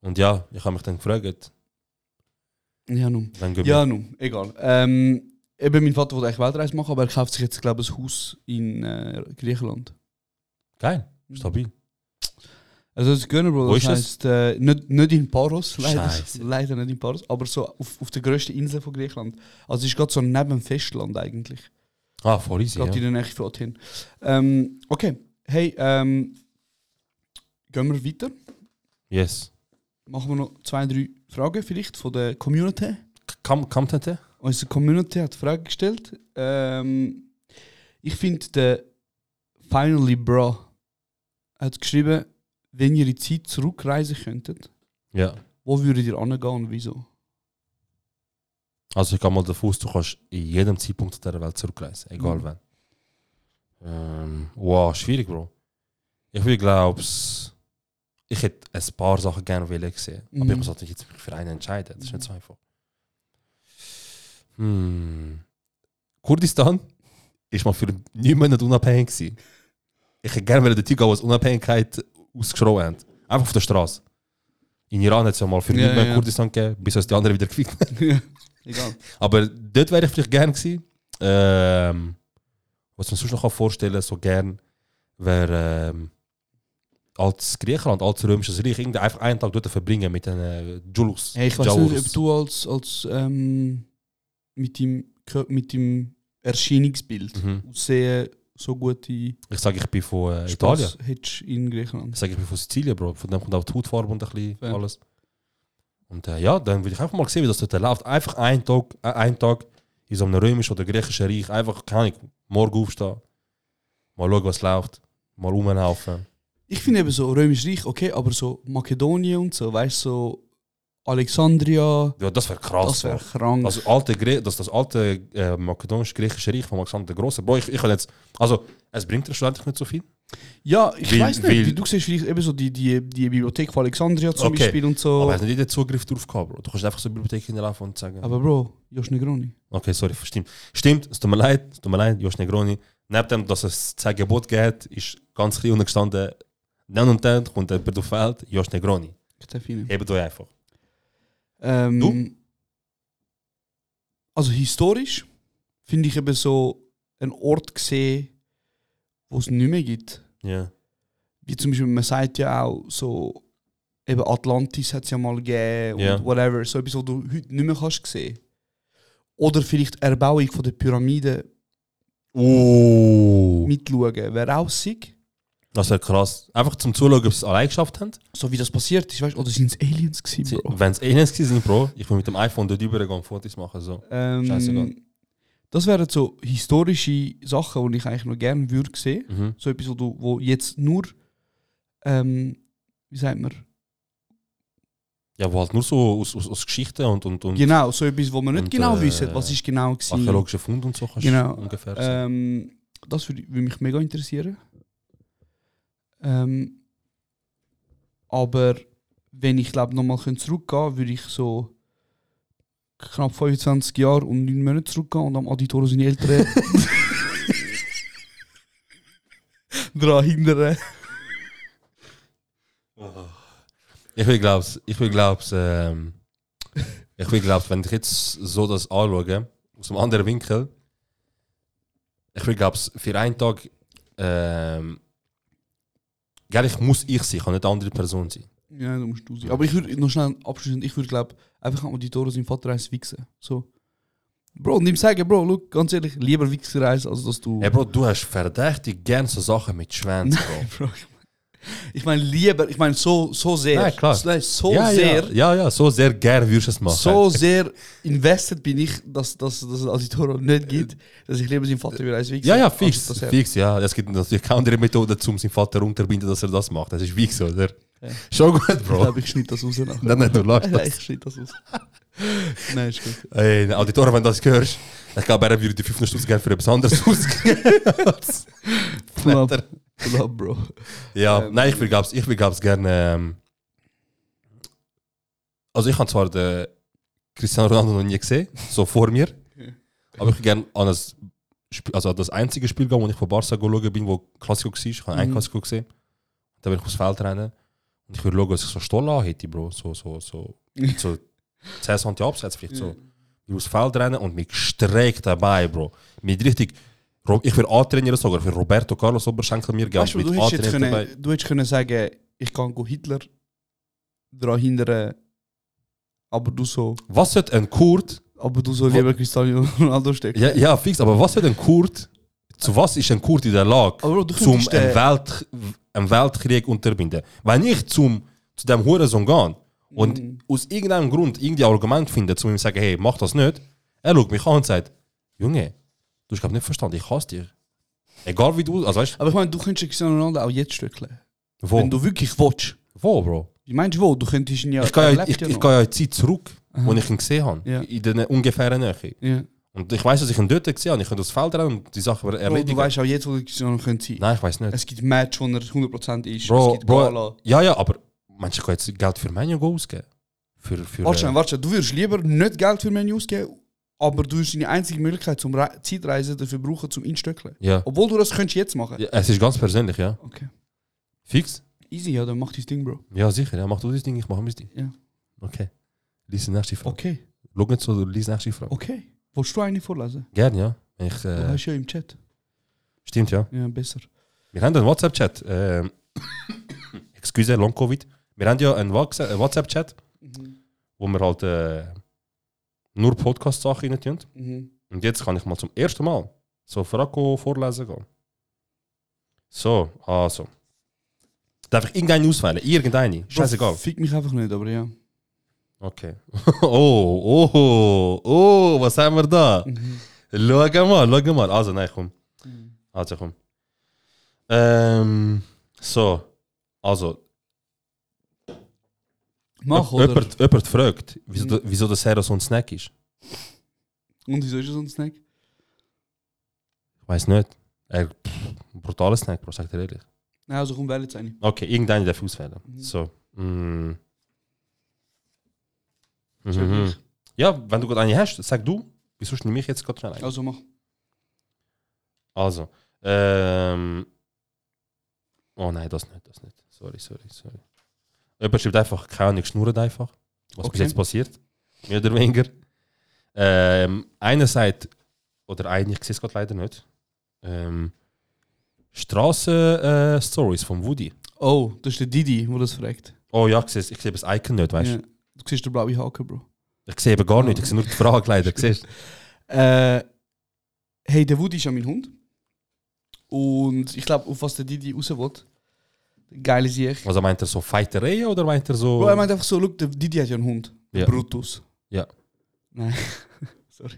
Und ja, ich habe mich dann gefragt, Ja, nun. dann gehen Ja, wir. nun, egal. Ähm, eben mein Vater wollte eigentlich Weltreise machen, aber er kauft sich jetzt, glaube ich, ein Haus in äh, Griechenland. Geil, stabil. Also das gönnen, Bro. Wo Das ist das? heisst, äh, nicht, nicht in Paros, leider, Scheiße. leider nicht in Paros, aber so auf, auf der grössten Insel von Griechenland. Also es ist gerade so neben dem Festland eigentlich. Ah, voll easy, Gerade ja. in der Nähe von Athen. Ähm, okay, hey, ähm, gehen wir weiter. Yes. Machen wir noch zwei, drei Fragen vielleicht von der Community. Kam, kam Tante? Unsere Community hat Fragen gestellt. Ähm, ich finde, der Finally Bra hat geschrieben, wenn ihr in die Zeit zurückreisen könntet, Ja. wo würdet ihr angehen und wieso? Also ich gehe mal davon aus, du kannst in jedem Zeitpunkt dieser Welt zurückreisen, egal Mhm. wann. Ähm, wow, schwierig, Bro. Ich will glaub's. Ich hätte ein paar Sachen gerne wollen sehen, aber Mhm. ich muss natürlich jetzt mich für einen entscheiden. Das ist nicht so einfach. Hm. Kurdistan ist mal für neun Monate unabhängig gewesen. Ich hätte gerne wollen dorthin gehen, wo es Unabhängigkeit ausgeschrieben hat. Einfach auf der Straße. In Iran hat es ja mal für Ja, neun Monate ja. Kurdistan gegeben, bis uns die anderen wieder gefickt Egal. aber dort wäre ich vielleicht gern gewesen. Ähm, was man sonst noch vorstellen kann, so gern, wäre ähm, als Griechenland, als Römisches Reich, irgendwie einfach einen Tag dort verbringen mit den äh, Julus. Hey, ich weiß Jaurus. nicht, ob du als, als ähm, mit, dem, Kö- mit dem Erscheinungsbild Mhm. aussehen so gute Ich sage, ich bin von äh, Italien. Spaß hättest in Griechenland. Ich sage, ich bin von Sizilien, Bro. Von dem kommt auch die Hautfarbe und ein bisschen Ja. alles. Und äh, ja, dann will ich einfach mal sehen, wie das dort läuft. Einfach einen Tag, äh, einen Tag in so einem römischen oder griechischen Reich. Einfach, keine Ahnung, morgen aufstehen. Mal schauen, was läuft. Mal rumlaufen. Ich finde eben so Römisch Reich, okay, aber so Makedonien und so, weißt du, so Alexandria, Ja, das wäre krass. das wäre Bro. krank. Das alte, Grie das, das alte äh, makedonisch-griechische Reich von Alexander der Große. Bro, ich, ich kann jetzt. Also, es bringt dir schlussendlich nicht so viel. ja, ich Weil- weiß nicht, weil- wie du siehst vielleicht eben so die, die, die Bibliothek von Alexandria zum Okay, Beispiel und Aber so. er hat nicht jeder Zugriff drauf gehabt, Bro. Du kannst einfach so in die Bibliothek hinlaufen und sagen. Aber Ah, Bro, Josh Negroni. Okay, sorry, stimmt. Stimmt, es tut mir leid, es tut mir leid, Josh Negroni. Neben dem, dass es zwei Gebote gibt, ist ganz klein untergestanden, dann und dann kommt der Pedofeld, Josh Negroni. Ich darf ihn. Eben euch einfach. Ähm, Du? Also historisch finde ich eben so einen Ort gesehen, wo es nicht mehr gibt. Ja. Wie zum Beispiel, man sagt ja auch so, eben Atlantis hat es ja mal gegeben und Ja. whatever. So etwas, was du heute nicht mehr kannst sehen. Oder vielleicht die Erbauung von der Pyramide Oh. mitschauen, wäre auch sick. Das wäre krass. Einfach zum Zuschauen, ob sie es allein geschafft haben. So wie das passiert ist, weißt du, oder sind es Aliens gewesen, Bro? Wenn es Aliens eh gewesen sind, Bro, ich will mit dem iPhone dort drüber gehen und Fotos machen. So. Scheißegal. Ähm, das wären so historische Sachen, die ich eigentlich noch gerne würde sehen. Mhm. So etwas, wo, du, wo jetzt nur, ähm, wie sagt man, Ja, wo halt nur so aus, aus, aus Geschichten und, und, und genau, so etwas, wo man nicht Und, genau äh, wissen, was ist genau gewesen. archäologischen Fund und so kannst Genau, ungefähr sehen. Ähm, das würde, würde mich mega interessieren. Ähm, aber wenn ich glaube nochmal zurückgehen könnte, würde ich so knapp 25 Jahre und 9 Monate zurückgehen und am Auditor seine Eltern daran hindern. Ich will glaub's, ich will glaub's, ähm, ich will glaub's, wenn ich jetzt so das anschaue, aus einem anderen Winkel, ich will glaub's, für einen Tag, ähm, gell, ich muss ich sein, ich kann nicht eine andere Person sein. Ja, da musst du sein. Aber ich würde noch schnell abschließend, ich würde glaube einfach am Auditor seinem Vater eins wichsen. So. Bro, und ihm sagen, Bro, look, ganz ehrlich, lieber Wichsereis, als dass du. Hey Bro, du hast verdächtig gern so Sachen mit Schwänzen, Bro. Bro, ich mein- ich meine lieber, ich meine so, so sehr. Nein, klar. So, nein, so ja, sehr, Ja, ja, ja, so sehr gern würdest du es machen. so sehr invested bin ich, dass, dass, dass es Auditoro nicht gibt, dass ich lieber seinen Vater wieder eins wichse. Also, ja, ja, als fix, dass er- fix, ja. Es gibt natürlich keine andere Methode, um seinen Vater unterbinden, dass er das macht. Das ist wie so, oder? Schon gut, Ich Bro. glaube, ich schneide das raus. nachher. Nein, nein, du lachst Nein, das. ich schneide das raus. nein, ist gut. Ey, Auditor, wenn du das hörst, ich glaube, er würde die 500 Stutz gerne für etwas anderes ausgeben. Pull up, pull up, Bro. ja, Ähm. nein, ich will glaub's, ich will glaub's gerne. Ähm, also ich habe zwar den Cristiano Ronaldo noch nie gesehen, so vor mir, aber ich würde gerne an das, Spiel- also an das einzige Spiel gehen, wo ich von Barca geschaut bin, wo Klassiko war. Ich habe ein Mhm. Klassiko gesehen. Dann bin ich aufs Feld rennen und ich würde schauen, dass ich so Stollen hätte, Bro. So, so, so. so 10 Cent abseits vielleicht so. Ich muss Feld rennen und mich gestreckt dabei, Bro. Mit richtig. Ro- Ich will antrainieren sogar für Roberto Carlos Oberschenkel mir geben. Weißt du, du hättest jetzt können, du hättest können sagen, ich kann go Hitler daran hindern, aber du so, Was sollte ein Kurd? aber du so lieber Cristiano Ronaldo stecken. Ja, ja, fix, aber was sollte ein Kurd? Zu was ist ein Kurd in der Lage, Aber Bro, du zum könntest, einen, äh, Welt, einen Weltkrieg unterbinden? Wenn ich zum, zu dem Hurensohn gehe und Mhm. aus irgendeinem Grund irgendein Argument finde, zu ihm zu sagen, hey, mach das nicht, er schaut mich an und sagt, Junge, du hast glaub nicht verstanden, ich hasse dich. Egal wie du, also weißt Aber ich meine, du könntest Cristiano Ronaldo auch jetzt stückeln. du, wo, Wenn du wirklich willst. wo, Bro? Ich meinst wo? Du könntest ihn ja. ich gehe ja, erlebt ich, ich noch. gehe ja in die Zeit zurück, wo ich ihn gesehen habe. Ja. In der ungefähren Nähe. ja. Und ich weiß, dass ich ihn dort gesehen habe. Ich könnte das Feld rennen und die Sachen Bro, erledigen. du weißt auch jetzt, wo der Cristiano könnte sein. Nein, ich weiß nicht. Es gibt Match, wo er 100% ist. es Bro, gibt Bro, ja, ja, aber manche können jetzt Geld für Menu ausgeben. Für, für, Warte, äh, schnell, warte, schnell. du würdest lieber nicht Geld für Menü ausgeben, aber du hast deine einzige Möglichkeit zum Re Zeitreisen dafür brauchen, zum einstückeln. äh, ja. Obwohl du das könntest jetzt machen. ja. Es ist ganz persönlich, ja. Okay. Fix? Easy, ja, dann mach dein Ding, Bro. Ja, sicher. Ja. Mach du das Ding, ich mache mein Ding. Ja. Okay. Lies die nächste Frage. Okay, Schau nicht so, du liest die nächste Frage. okay. Wolltest du eine vorlesen? Gerne, ja. Wenn Ich, Du äh, hast ja im Chat. stimmt, ja. Ja, besser. Wir haben einen WhatsApp-Chat. Ähm, excuse, long covid. Wir haben ja einen Wachs- äh, WhatsApp-Chat, Mhm, wo wir halt äh, nur Podcast-Sachen rein tun. mhm. Und jetzt kann ich mal zum ersten Mal so Fraco vorlesen gehen. So, also. Darf ich irgendeine auswählen? Irgendeine? Scheißegal. Fick mich einfach nicht, aber ja. Okay. Oh, oh, oh, was haben wir da? Mhm. Schau mal, schau mal. Also, nein, komm. Also, komm. Ähm, so, also, Mach, jemand, oder? Mhm. jemand fragt, wieso, da- wieso das Hero so ein Snack ist. Und wieso ist es so ein Snack? Ich weiß nicht. Er, pff, brutaler Snack, Bro, sagt er ehrlich. Nein, also komm, wähle jetzt eine. Okay, irgendeine darf ich auswählen. Mhm. So. Mm. Mhm. Ja, wenn du gerade eine hast, sag du. Wieso nehme ich jetzt gerade schnell ein? Also mach. Also. Ähm. Oh nein, das nicht, das nicht. Sorry, sorry, sorry. Jemand schreibt einfach, keine Ahnung, schnurrt einfach. Was bis Okay. jetzt passiert. Mehr oder weniger. Ähm, einerseits, oder eine, ich sehe es gerade leider nicht. Ähm, Straßen-Stories von Woody. Oh, das ist der Didi, der das fragt. Oh ja, ich sehe, ich sehe das Icon nicht, weißt du? Ja. Du siehst den blauen Haken, Bro. Ich sehe eben gar nicht, ich sehe nur die Frage leider. Siehst du? Äh, hey, der Woody ist ja mein Hund. Und ich glaube, auf was der Didi raus will. Geile Sieg. Also meint er so Fighterei oder meint er so. Bro, er meint einfach so, look, der Didi hat ja einen Hund. Ja. Brutus. Ja. Nein, sorry.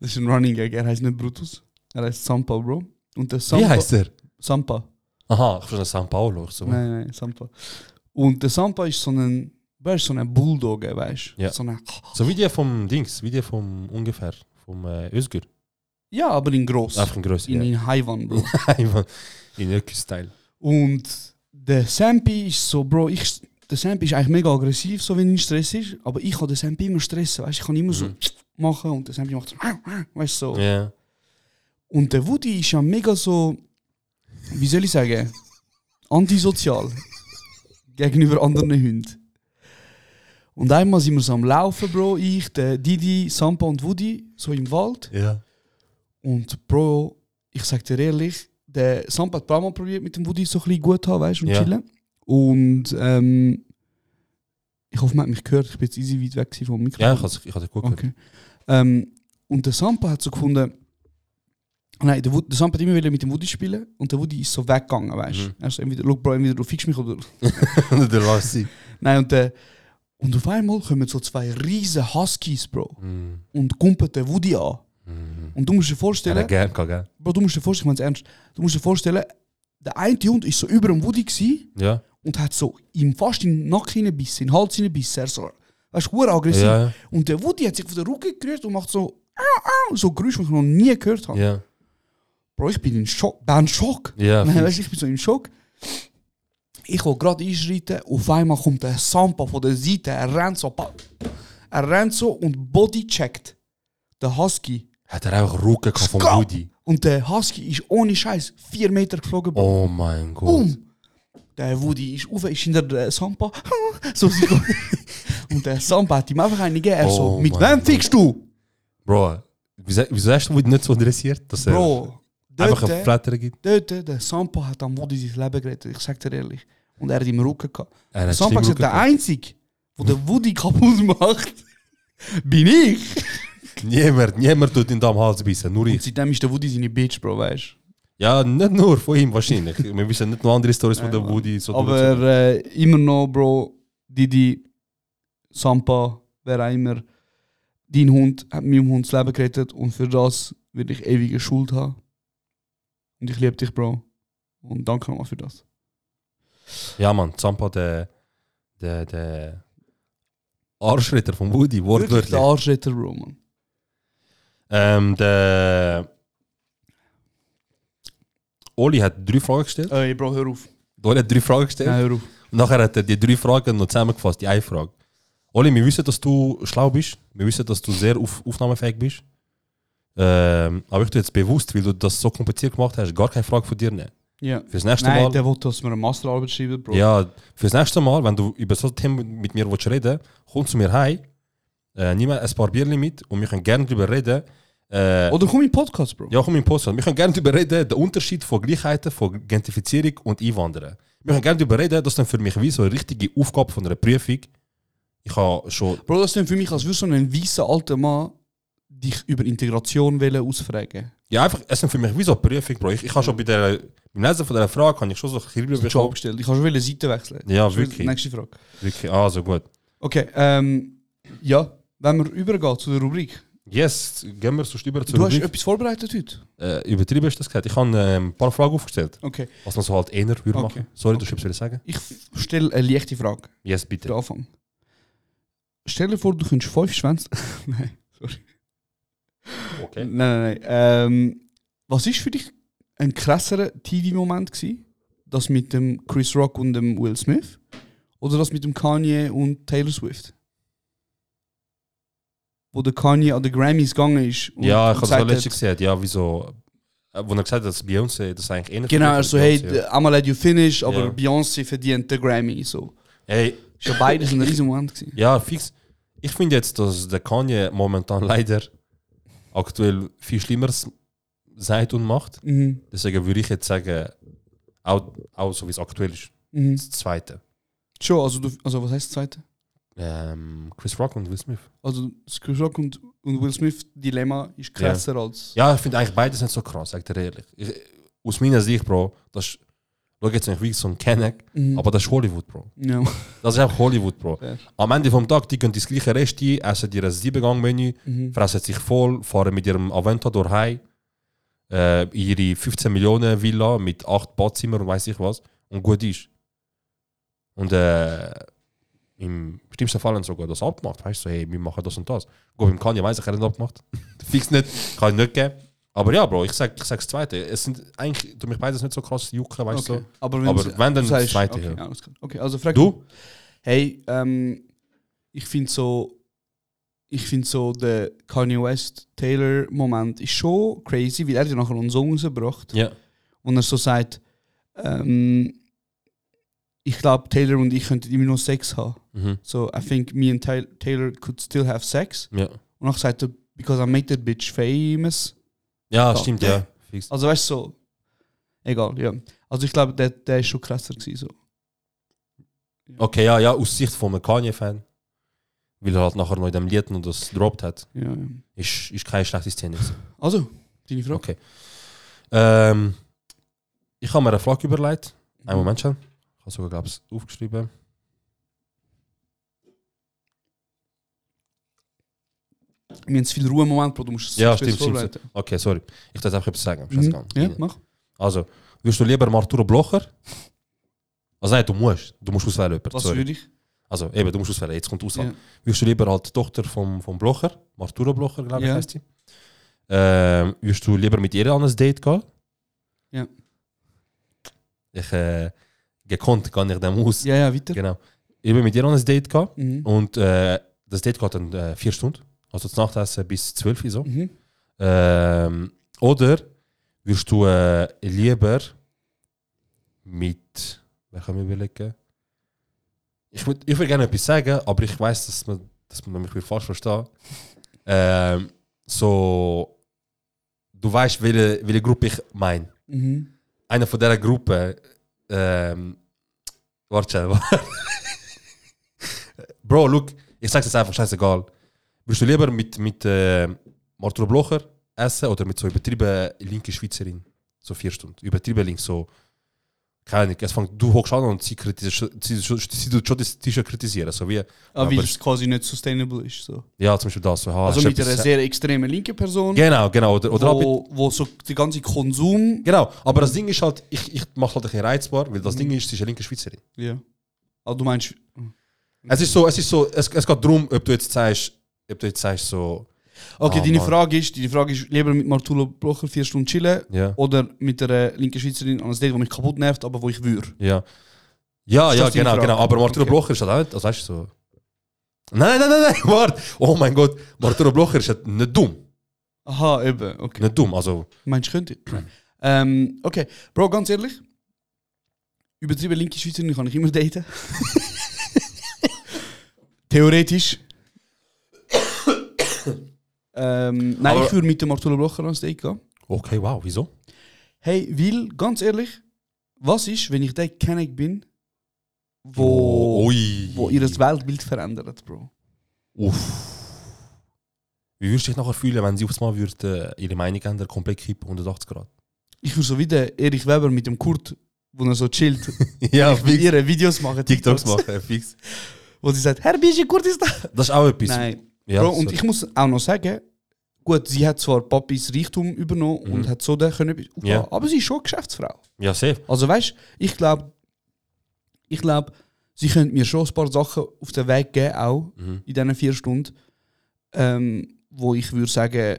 Das ist ein Running Gag. Er heißt nicht Brutus. Er heißt Sampa, Bro. Und der Sampa, Wie heißt er? Sampa. Aha, ich verstehe São Paulo. oder So. Nein, nein, Sampa. Und der Sampa ist so ein, weißt, so ein Bulldogge, weißt du? Ja. So ein, so wie die vom Dings, wie die vom ungefähr, vom äh, Özgür. ja, aber in gross. Einfach in Größe. in, Ja. in Haiwan, Bro. Einfach in Ökü-Style. Und der Sampi ist so, Bro, ich, der Sampi ist eigentlich mega aggressiv, so wenn er in Stress ist. Aber ich kann den Sampi immer stressen, weißt du? Ich kann immer so Mhm. machen und der Sampi macht so, weißt du, so. Ja. Und der Woody ist ja mega so, wie soll ich sagen, antisozial gegenüber anderen Hunden. Und einmal sind wir so am Laufen, Bro, ich, der Didi, Sampa und Woody, so im Wald. ja. Und Bro, ich sag dir ehrlich, der Sampa hat ein paar Mal probiert, mit dem Woody so ein bisschen gut zu haben, weißt du, und Ja. chillen. Und ähm, ich hoffe, man hat mich gehört, ich bin jetzt easy weit weg gewesen vom Mikrofon. Ja, ich hatte ich hatte gut gehört. Okay. Ähm, und der Sampa hat so gefunden, nein, der, Wo- der Sampa hat immer wieder mit dem Woody spielen und der Woody ist so weggegangen, weißt du. Mhm. Er ist so entweder, look, Bro, entweder du fickst mich oder. Der Lassi. Nein, und, äh, und auf einmal kommen so zwei riesen Huskies, Bro, Mm. und kumpen den Woody an. Mhm. Und du musst dir Er vorstellen, hat gern gehabt, gell? Bro, du musst dir vorstellen, ich mein's ernst, du musst dir vorstellen, der eine Hund ist so über dem Woody gsi Ja. und hat so ihm fast in den Nacken hineinbissen, in den Hals hineinbissen, er so, weißt du, verdammt aggressiv. Ja, ja. Und der Woody hat sich von der Rücken gerührt und macht so, au, au, so Geräusche, die ich noch nie gehört habe. Ja. Bro, ich bin in Schock, bin in Schock. Ja. Nein, weißt, du, ich bin so im Schock. Ich will gerade einschreiten, auf einmal kommt der Sampa von der Seite, er rennt so, pa- er rennt so und bodycheckt den Husky. Hat er auch Rucke gehabt vom Skap! Woody? Und der Husky ist ohne Scheiß vier Meter geflogen. Bro. Oh mein Gott. Boom! Der Woody ist auf, ist hinter der eh, Sampa. so sie Und der eh, Sampa hat ihm einfach eine gegeben. Er so, Oh mit mein wem fickst du? Bro, wieso wieso hast du Woody nicht so interessiert, dass er Bro, einfach dort- ein Flatter gibt? Dort, der Sampa hat am Woody sein Leben gerettet, ich sag dir ehrlich. Und er hat im Rücken gehabt. Er hat Sampa schlimm ist Rucke der gehabt. Einzige, der den Woody kaputt macht, bin ich. Niemand, niemand tut ihn da am Hals beißen, nur ich. Und seitdem ist der Woody seine Bitch, Bro, weißt Ja, nicht nur von ihm wahrscheinlich. Wir wissen nicht nur andere Stories von Nein, der Woody. So du. Aber äh, immer noch, Bro, Didi, Sampa, wer auch immer, dein Hund hat meinem Hund das Leben gerettet und für das werde ich ewige Schuld haben. Und ich liebe dich, Bro. Und danke nochmal für das. ja, Mann, Zampa, der, der, der Arschritter von Woody, Wirklich der wortwörtlich. Arschretter, Bro, Mann. Ähm, der Oli hat drei Fragen gestellt. Ey, Bro, hör auf. Der Oli hat drei Fragen gestellt. Nein, hör auf. Und nachher hat er die drei Fragen noch zusammengefasst, die eine Frage. Oli, wir wissen, dass du schlau bist. Wir wissen, dass du sehr auf, aufnahmefähig bist. Ähm, aber ich tu jetzt bewusst, weil du das so kompliziert gemacht hast, gar keine Frage von dir nehmen. Ja. Fürs nächste Nein, Mal. der wollte, dass wir eine Masterarbeit schreiben, Bro. Ja, fürs nächste Mal, wenn du über solche Themen mit mir willst reden komm zu mir heim, äh, nimm ein paar Bierchen mit und wir können gerne darüber reden. Äh, Oder komm in den Podcast, Bro. ja, komm in den Podcast. Wir können gerne darüber reden, den Unterschied von Gleichheiten, von Gentrifizierung und Einwanderern. Wir können gerne darüber reden, das ist dann für mich wie so eine richtige Aufgabe von einer Prüfung. Ich habe schon Bro, das ist für mich, als würde so ein weißer alter Mann dich über Integration wollen ausfragen. Ja, einfach, es sind für mich wie so Prüfung, Bro. Ich, ich habe schon bei der, beim Lesen von dieser Frage kann ich schon so Kribbel Ich habe bekommen. abgestellt. Ich kann schon wieder Seite wechseln. Ja, Schon wieder- wirklich. Nächste Frage. Wirklich, ah, so gut. Okay, ähm, ja, wenn wir übergehen zu der Rubrik. Yes, gehen wir sonst über zur du hast Rubrik. etwas vorbereitet heute. Äh, übertrieben ist das gesagt. Ich habe ähm, ein paar Fragen aufgestellt, Okay. was man so halt eher würde Okay. machen. Sorry, du schiebst wieder sagen? Ich stelle eine leichte Frage. Yes, Der bitte. Anfang. Stell dir vor, du könntest fünf Schwänze. nein, sorry. Okay. Nein, nein, nein. Ähm, was ist für dich ein krasserer TV-Moment gewesen? Das mit dem Chris Rock und dem Will Smith? Oder das mit dem Kanye und Taylor Swift? Wo der Kanye an den Grammys gegangen ist. Und Ja, und ich habe es auch gesagt letztens hat- gesehen. Ja, wieso? Äh, Wo er gesagt hat, dass Beyoncé das eigentlich Genau, eher verdient also als hey, Beyoncé, the- I'ma let you finish, aber Ja. Beyoncé verdient den Grammy. So. ja. Hey, Ist ja beides ein riesen Moment gewesen. Ja, fix. Ich finde jetzt, dass der Kanye momentan leider aktuell viel Schlimmeres sagt und macht. Mhm. Deswegen würde ich jetzt sagen, auch, auch so wie es aktuell ist, Mhm. das Zweite. Schon, also, du, also was heißt das Zweite? Ähm, Chris Rock und Will Smith. Also das Chris Rock und, und Will Smith Dilemma ist Ja. krasser als... Ja, ich finde eigentlich beides nicht so krass, sag dir ehrlich. Ich, aus meiner Sicht, Bro, das ist, schau jetzt nicht wie so ein Kenneck, Mhm. aber das ist Hollywood, Bro. Ja. Das ist einfach Hollywood, Bro. Fair. Am Ende vom Tag, die können das gleiche Reste, essen dir ein Siebengang-Menü, Mhm. fressen sich voll, fahren mit ihrem Aventador heim, äh, ihre 15 Millionen Villa mit 8 Badzimmern und weiß ich was und gut ist. Und äh, im schlimmsten Fall haben sie sogar das abgemacht, weißt du, so, hey, wir machen das und das. Gut, beim Kanye weiß ich, er hat nicht abgemacht. Fix nicht, kann ich nicht geben. Aber ja, Bro, ich sag, ich sag das Zweite. Es sind eigentlich, tut mich beides nicht so krass jucken, weißt du. Okay. so. Aber Aber sie- wenn, dann du das sagst- Zweite, Okay, ja. alles klar. okay also frag Du? Hey, ähm, ich finde so, ich finde so der Kanye West Taylor Moment ist schon crazy, weil er hat ja nachher einen Song rausgebracht Ja. und er so sagt, ähm, ich glaube Taylor und ich könnten immer noch Sex haben. Mhm. So I think me and Tay- Taylor could still have sex. Ja, Und nachher sagt er, because I made that bitch famous. ja So. stimmt, ja. Fix. Also weißt du so, egal, ja. Also ich glaube, der, der ist schon krasser gewesen, so. Okay, ja, ja, aus Sicht von einem Kanye-Fan, weil er halt nachher noch in dem Lied noch das gedroppt hat, Ja, ja. ist, ist keine schlechte Szene. gewesen. Also, deine Frage. Okay. Ähm, ich habe mir eine Frage überlegt. Einen Mhm. Moment schon. Ich habe sogar, glaube ich, aufgeschrieben. Wir haben zu viel Ruhe im Moment, Bro, du musst es Ja, zuerst stimmt, stimmt. vorbereiten. Okay, sorry. Ich darf einfach etwas sagen. Mhm. Scheißegal. Ja, mach. Also, wirst du lieber Marturo Blocher? Also nein, du musst. Du musst auswählen. jemanden, Was sorry. würde ich? Also eben, du musst auswählen. Jetzt kommt die Auswahl. Ja. Wirst du lieber halt die Tochter vom, vom Blocher, Marturo Blocher, glaube ich, Ja. heißt sie. Ähm, wirst du lieber mit ihr an ein Date gehen? Ja. Ich, äh, gekonnt kann ich dem aus. Ja, ja, weiter. Genau. Ich bin mit ihr an ein Date gegangen Mhm. und äh, das Date geht dann äh, vier Stunden. Also das Nachtessen bis 12 Uhr so. Mhm. Ähm, oder wirst du äh, lieber mit. Wer kann mir überlegen? Ich würde ich würd gerne etwas sagen, aber ich weiß, dass man, dass man mich wieder falsch versteht. Ähm, so. Du weißt, welche, welche Gruppe ich meine. Mhm. Einer von dieser Gruppe. Ähm, warte schnell, warte. Bro, look, ich sag's jetzt einfach, scheißegal. Würdest du lieber mit, mit äh, Arthur Blocher essen oder mit so übertrieben linke Schweizerin? So vier Stunden. Übertrieben links, so. Keine Ahnung. Es fängt, du hockst an und sie, kritisiert, sie, sie, sie tut schon das T-Shirt kritisieren. So wie, Ah, weil aber- es quasi nicht sustainable ist. So. ja, zum Beispiel das. So, ha, Also hast du mit Oh. einer etwas- sehr extremen linken Person, Genau, genau. Oder, oder auch mit- wo, wo so der ganze Konsum. Genau, aber das Ding ist halt, ich, ich mache halt ein bisschen reizbar, weil Mhm. das Ding ist, sie ist eine linke Schweizerin. Ja. Ah, du meinst. Es ist so, es ist so, es, es geht darum, ob du jetzt sagst, ob du jetzt sagst so, Okay, Ah, deine Mann. Frage ist, deine Frage ist, lieber mit Martulo Blocher vier Stunden chillen ja, oder mit einer linken Schweizerin an ein Date, die mich kaputt nervt, aber wo ich würde. ja. Ja, Ist ja, das deine genau, Frage? genau. Aber Marturo Okay. Blocher ist halt auch nicht, also weißt du so. Nein, nein, nein, nein, warte. Oh mein Gott, Marturo Blocher ist halt nicht dumm. Aha, eben, okay. Nicht dumm, also. Meinst du, könnte? ich? ähm, okay, Bro, ganz ehrlich, übertrieben linke Schweizerin kann ich immer daten. Theoretisch. ähm, nein, Aber- ich würde mit dem Martulo Blocher ans Date gehen. Okay, wow, wieso? Hey, weil, ganz ehrlich, Was ist, wenn ich der Kenneck bin, wo, Oh, ui. wo ihr das Weltbild verändert, Bro? Uff. Wie würdest du dich nachher fühlen, wenn sie aufs Mal würde, äh, ihre Meinung ändern, komplett kippen, 180 Grad? Ich würde so wie der Erich Weber mit dem Kurt, wo er so chillt, ja, mit ihre Videos machen. TikToks machen, fix. Wo sie sagt, Herr Bischi, Kurt ist da. Das ist auch etwas. Nein. Ja, Bro, und so. ich muss auch noch sagen, gut, sie hat zwar Papis Reichtum übernommen und hat so dann können, aufbauen, Mhm. Ja. aber sie ist schon Geschäftsfrau. ja, safe. Also weißt du, ich glaube, ich glaube, sie könnte mir schon ein paar Sachen auf den Weg geben, auch Mhm. in diesen vier Stunden, ähm, wo ich würde sagen,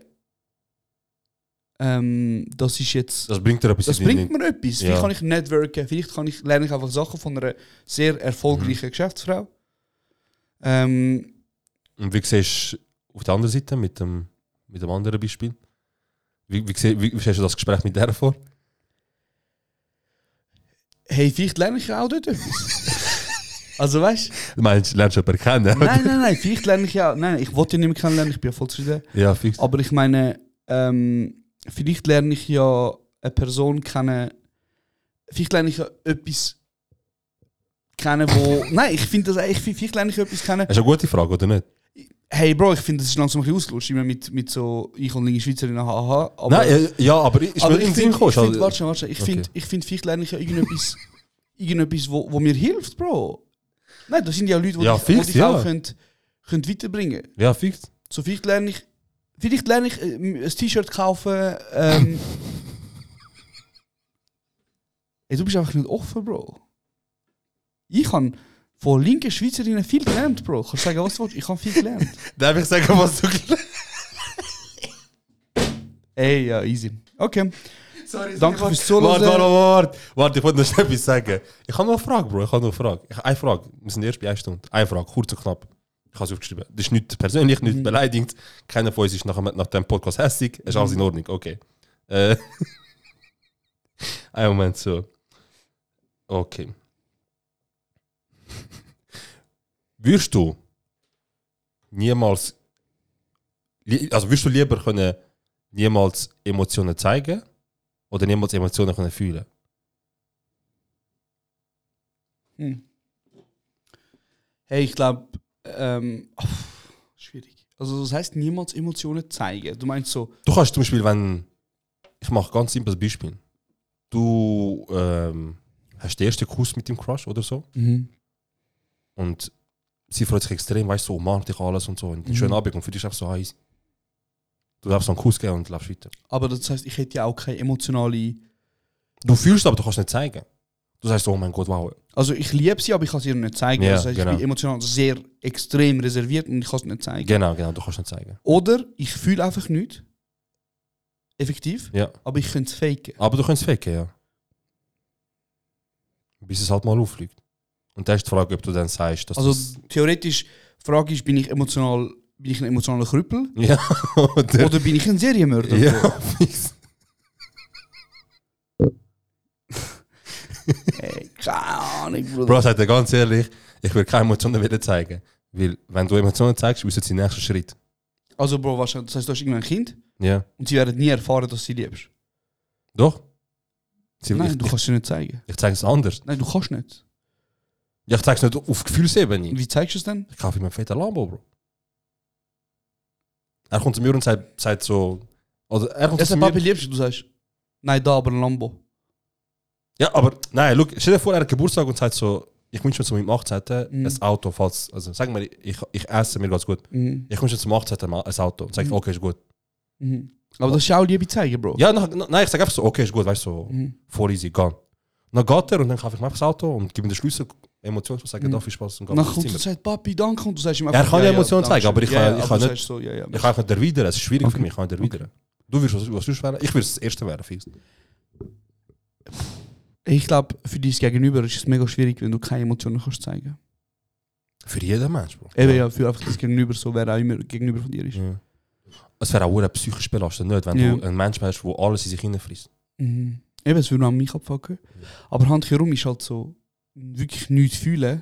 ähm, das ist jetzt, Das bringt dir etwas das in die- bringt mir etwas. Ja. Vielleicht kann ich networken, vielleicht kann ich, lerne ich einfach Sachen von einer sehr Mhm. erfolgreichen Geschäftsfrau. Ähm, Und wie siehst du auf der anderen Seite mit dem, mit dem anderen Beispiel? Wie, wie, sie- wie, wie stellst du das Gespräch mit der vor? hey, vielleicht lerne ich ja auch dort etwas. also weißt du, Du meinst, lernst du jemanden kennen? oder? nein, nein, nein, vielleicht lerne ich ja, nein, nein, ich wollte ja nicht mehr kennenlernen, ich bin ja voll zufrieden. Ja, fix. Aber ich meine, ähm, vielleicht lerne ich ja eine Person kennen, vielleicht lerne ich ja etwas kennen, wo, nein, ich finde das, ich, find- vielleicht lerne ich etwas kennen. Das ist eine gute Frage, oder nicht? Hey Bro, ich finde, das ist langsam ein bisschen ausgelutscht, immer mit, mit so, ich und linke Schweizerin, haha. Aber, nein, äh, ja, aber ist aber mir in ich den Sinn finde, gekommen. ich find, also- warte, schnell, warte, schnell. ich Okay. finde, ich find, vielleicht lerne ich ja irgendetwas, irgendetwas wo, wo mir hilft, Bro. Nein, das sind ja Leute, die Ja, dich, fix, wo dich ja. auch könnt, könnt weiterbringen Ja, fix. So vielleicht lerne ich, vielleicht lerne ich äh, ein T-Shirt kaufen. Ähm, Ey, du bist einfach nicht offen, Bro. Ich habe von linken Schweizerinnen viel gelernt, Bro. Kannst sagen, was du willst? Ich habe viel gelernt. Darf ich sagen, was du gelernt Ey, ja, easy. Okay. Sorry, Danke fürs Zuhören. Warte, warte, warte. Warte, ich wollte noch schnell etwas sagen. Ich habe noch eine Frage, Bro. Ich habe noch eine Frage. Ich, eine Frage. Wir sind erst bei einer Stunde. Eine Frage, kurz und knapp. Ich habe es aufgeschrieben. Das ist nicht persönlich, nicht beleidigend. Keiner von uns ist nach, nach dem Podcast hässig. Ist alles in Ordnung, okay. Äh. Einen Ah, Moment, so. Okay. Würdest du niemals, li- also würdest du lieber können niemals Emotionen zeigen oder niemals Emotionen können fühlen. Hm. Hey, ich glaube, ähm, schwierig. Also das heißt, niemals Emotionen zeigen. Du meinst so, Du kannst zum Beispiel, wenn ich mache ganz simples Beispiel, du ähm, hast den ersten Kuss mit dem Crush oder so Mhm. und sie freut sich extrem, weißt du, so, umarmt dich alles und so und einen Mhm. schönen Abend und für dich ist einfach so heiß. Du darfst so einen Kuss geben und läufst weiter. aber das heißt, ich hätte ja auch keine emotionale. Du fühlst, aber du kannst nicht zeigen. Du sagst so, oh mein Gott, wow. Also ich liebe sie, aber ich kann es ihr nicht zeigen. Ja, das heißt, ich genau. bin emotional sehr extrem reserviert und ich kann es nicht zeigen. Genau, genau, du kannst nicht zeigen. Oder ich fühle einfach nichts. Effektiv. Ja. Aber ich könnte es faken. Aber du kannst faken, ja. Bis es halt mal auffliegt. Und dann ist die Frage, ob du dann sagst, dass Also das... theoretisch, die Frage ist, bin ich emotional, bin ich ein emotionaler Krüppel? Ja, oder... Oder bin ich ein Serienmörder? ja, fix. Ey, keine Ahnung, Bruder. Bro, sagt er ganz ehrlich, ich will keine Emotionen wieder zeigen. Weil, wenn du Emotionen zeigst, wissen sie den nächsten Schritt. Also Bro, wahrscheinlich, das heißt, du hast irgendwann ein Kind Ja. und sie werden nie erfahren, dass sie liebst. Doch? Sie, Nein, ich, du ich, kannst sie nicht zeigen. ich zeige es anders. Nein, du kannst nicht. Ja, ich zeige es nicht auf Gefühlsebene. Und wie zeigst du es denn? Ich kaufe ihm einen fetten Lambo, Bro. Er kommt zu mir und sagt, sagt so. Oder er kommt Es zu ist Papi mir. liebst du, du sagst. Nein, da aber ein Lambo. Ja, aber nein, look, stell dir vor, er hat Geburtstag und sagt so, ich wünsche mir zu meinem 18. Mhm. ein Auto, falls. Also sag mal, ich, ich esse mir ganz gut. Mhm. Ich wünsche mir zum 18. mal ein Auto. Und sagt, Mhm. okay, ist gut. Mhm. Aber das ist ja auch Liebe zeigen, Bro. Ja, nach, nach, nein, ich sage einfach so, okay, ist gut, weißt du. So, Mhm. voll easy, gehen. Dann geht er und dann kaufe ich mir einfach das Auto und gebe ihm den Schlüssel, Emotionen zu sagen, Mhm. da viel Spaß und Und gehe dann ins kommt und Zimmer. sagt, Papi, danke. Und du sagst ihm Er kann ja Emotionen zeigen, aber ich danke schön. ja, kann- ich aber kann du nicht- sagst So, ja, ja. Ich kann einfach nicht erwidern, es ist schwierig Okay. für mich, ich kann nicht erwidern. Du wirst was, was sonst werden? Ich würde das Erste werden, fix. Ich glaube, für dein Gegenüber ist es dus mega schwierig, wenn du keine Emotionen kannst zeigen. Für jeden Mensch, Bro. Eben ja, für einfach das Gegenüber, so wer auch immer gegenüber von dir ist. Ja. Es wäre auch verdammt psychisch belastend, nicht, wenn Ja. du ein Mensch wärst, der alles in sich hineinfrisst. Mhm. Eben, es würde auch mich abfucken. Aber handherum ist halt so, mm, wirklich nichts fühlen.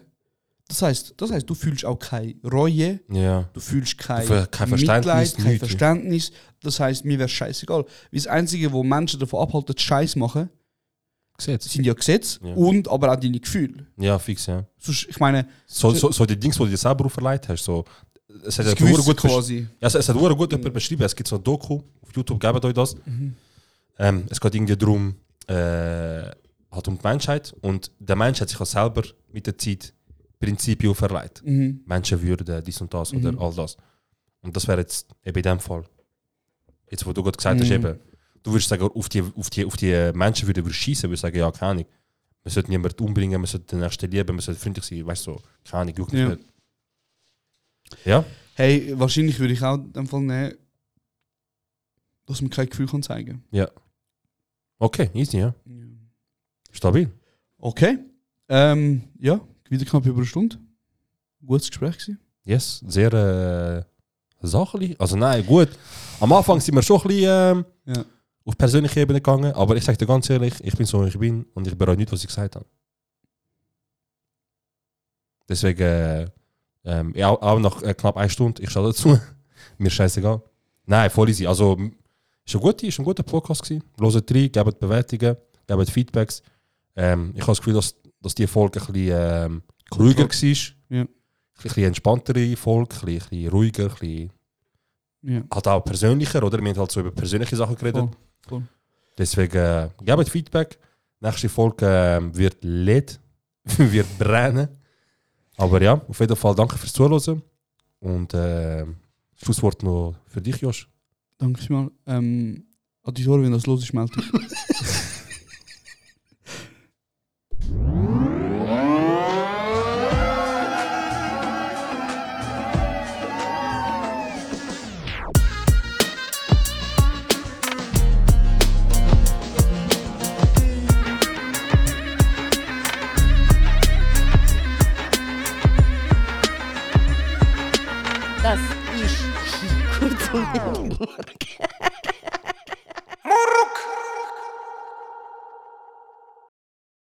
Das heißt, das heißt, du fühlst auch keine Reue, Ja. du fühlst kein, Für- kein Verständnis, Mitleid, kein nichts. Verständnis. Das heißt, mir wäre scheißegal. Wie das Einzige, wo Menschen davon abhalten, Scheiß machen, Gesetz. sind ja Gesetze Ja. und aber auch deine Gefühle. Ja, fix, ja. Sonst, ich meine, So, so, so die Dings, die du dir selber auferlegt hast. So, es hat das ja verdammt Gewissen gut besch- quasi. Ja, es, es hat sehr Mhm. gut jemand beschrieben. Es gibt so ein Doku auf YouTube, gebt euch das. Ähm, es geht irgendwie darum, äh, halt um die Menschheit. Und der Mensch hat sich auch selber mit der Zeit Prinzipien auferlegt. Mhm. Menschenwürde, dies und das oder all das. Und das wäre jetzt eben in dem Fall. Jetzt, wo du gerade gesagt hast, Mhm. eben, du würdest sagen, auf die, auf die, auf die Menschenwürde würdest schießen, würdest sagen, ja, keine Ahnung. Man sollte niemanden umbringen, man sollte den Nächsten lieben, man sollte freundlich sein, weißt du, so, keine Ahnung, juckt mich Ja. nicht. Ja, Hey, wahrscheinlich würde ich auch in dem Fall nehmen, dass man kein Gefühl kann zeigen okay, easy, ja. kann. Stabil. Okay. Ähm, ja, wieder knapp über eine Stunde. Gutes Gespräch gewesen. Yes, sehr äh, sachlich. Also nein, gut. Am Anfang sind wir schon ein bisschen ähm, Ja. auf persönliche Ebene gegangen, aber ich sage dir ganz ehrlich, ich bin so, wie ich bin und ich bereue nicht, was ich gesagt habe. Deswegen, äh, ähm, ja, auch nach äh, knapp einer Stunde, ich schaue dazu. mir scheißegal. Nein, voll easy. Also, m- ist ein guter, ist ein guter Podcast gewesen. Hört rein, gebt Bewertungen, gebt Feedbacks. Ähm, ich habe das Gefühl, dass, dass die Folge ein bisschen ähm, ruhiger war. Ja. Ein bisschen entspanntere Folge, ein bisschen, ein bisschen ruhiger, ein bisschen Ja. halt auch persönlicher, oder? Wir haben halt so über persönliche Sachen geredet. Voll, voll. Deswegen äh, gebt Feedback. Nächste Folge ähm, wird lit, wird brennen. Aber ja, auf jeden Fall danke fürs Zuhören. Und äh, Schlusswort noch für dich, Josh. Danke vielmals. Ähm, an die Hörer, wenn das los ist, melde dich.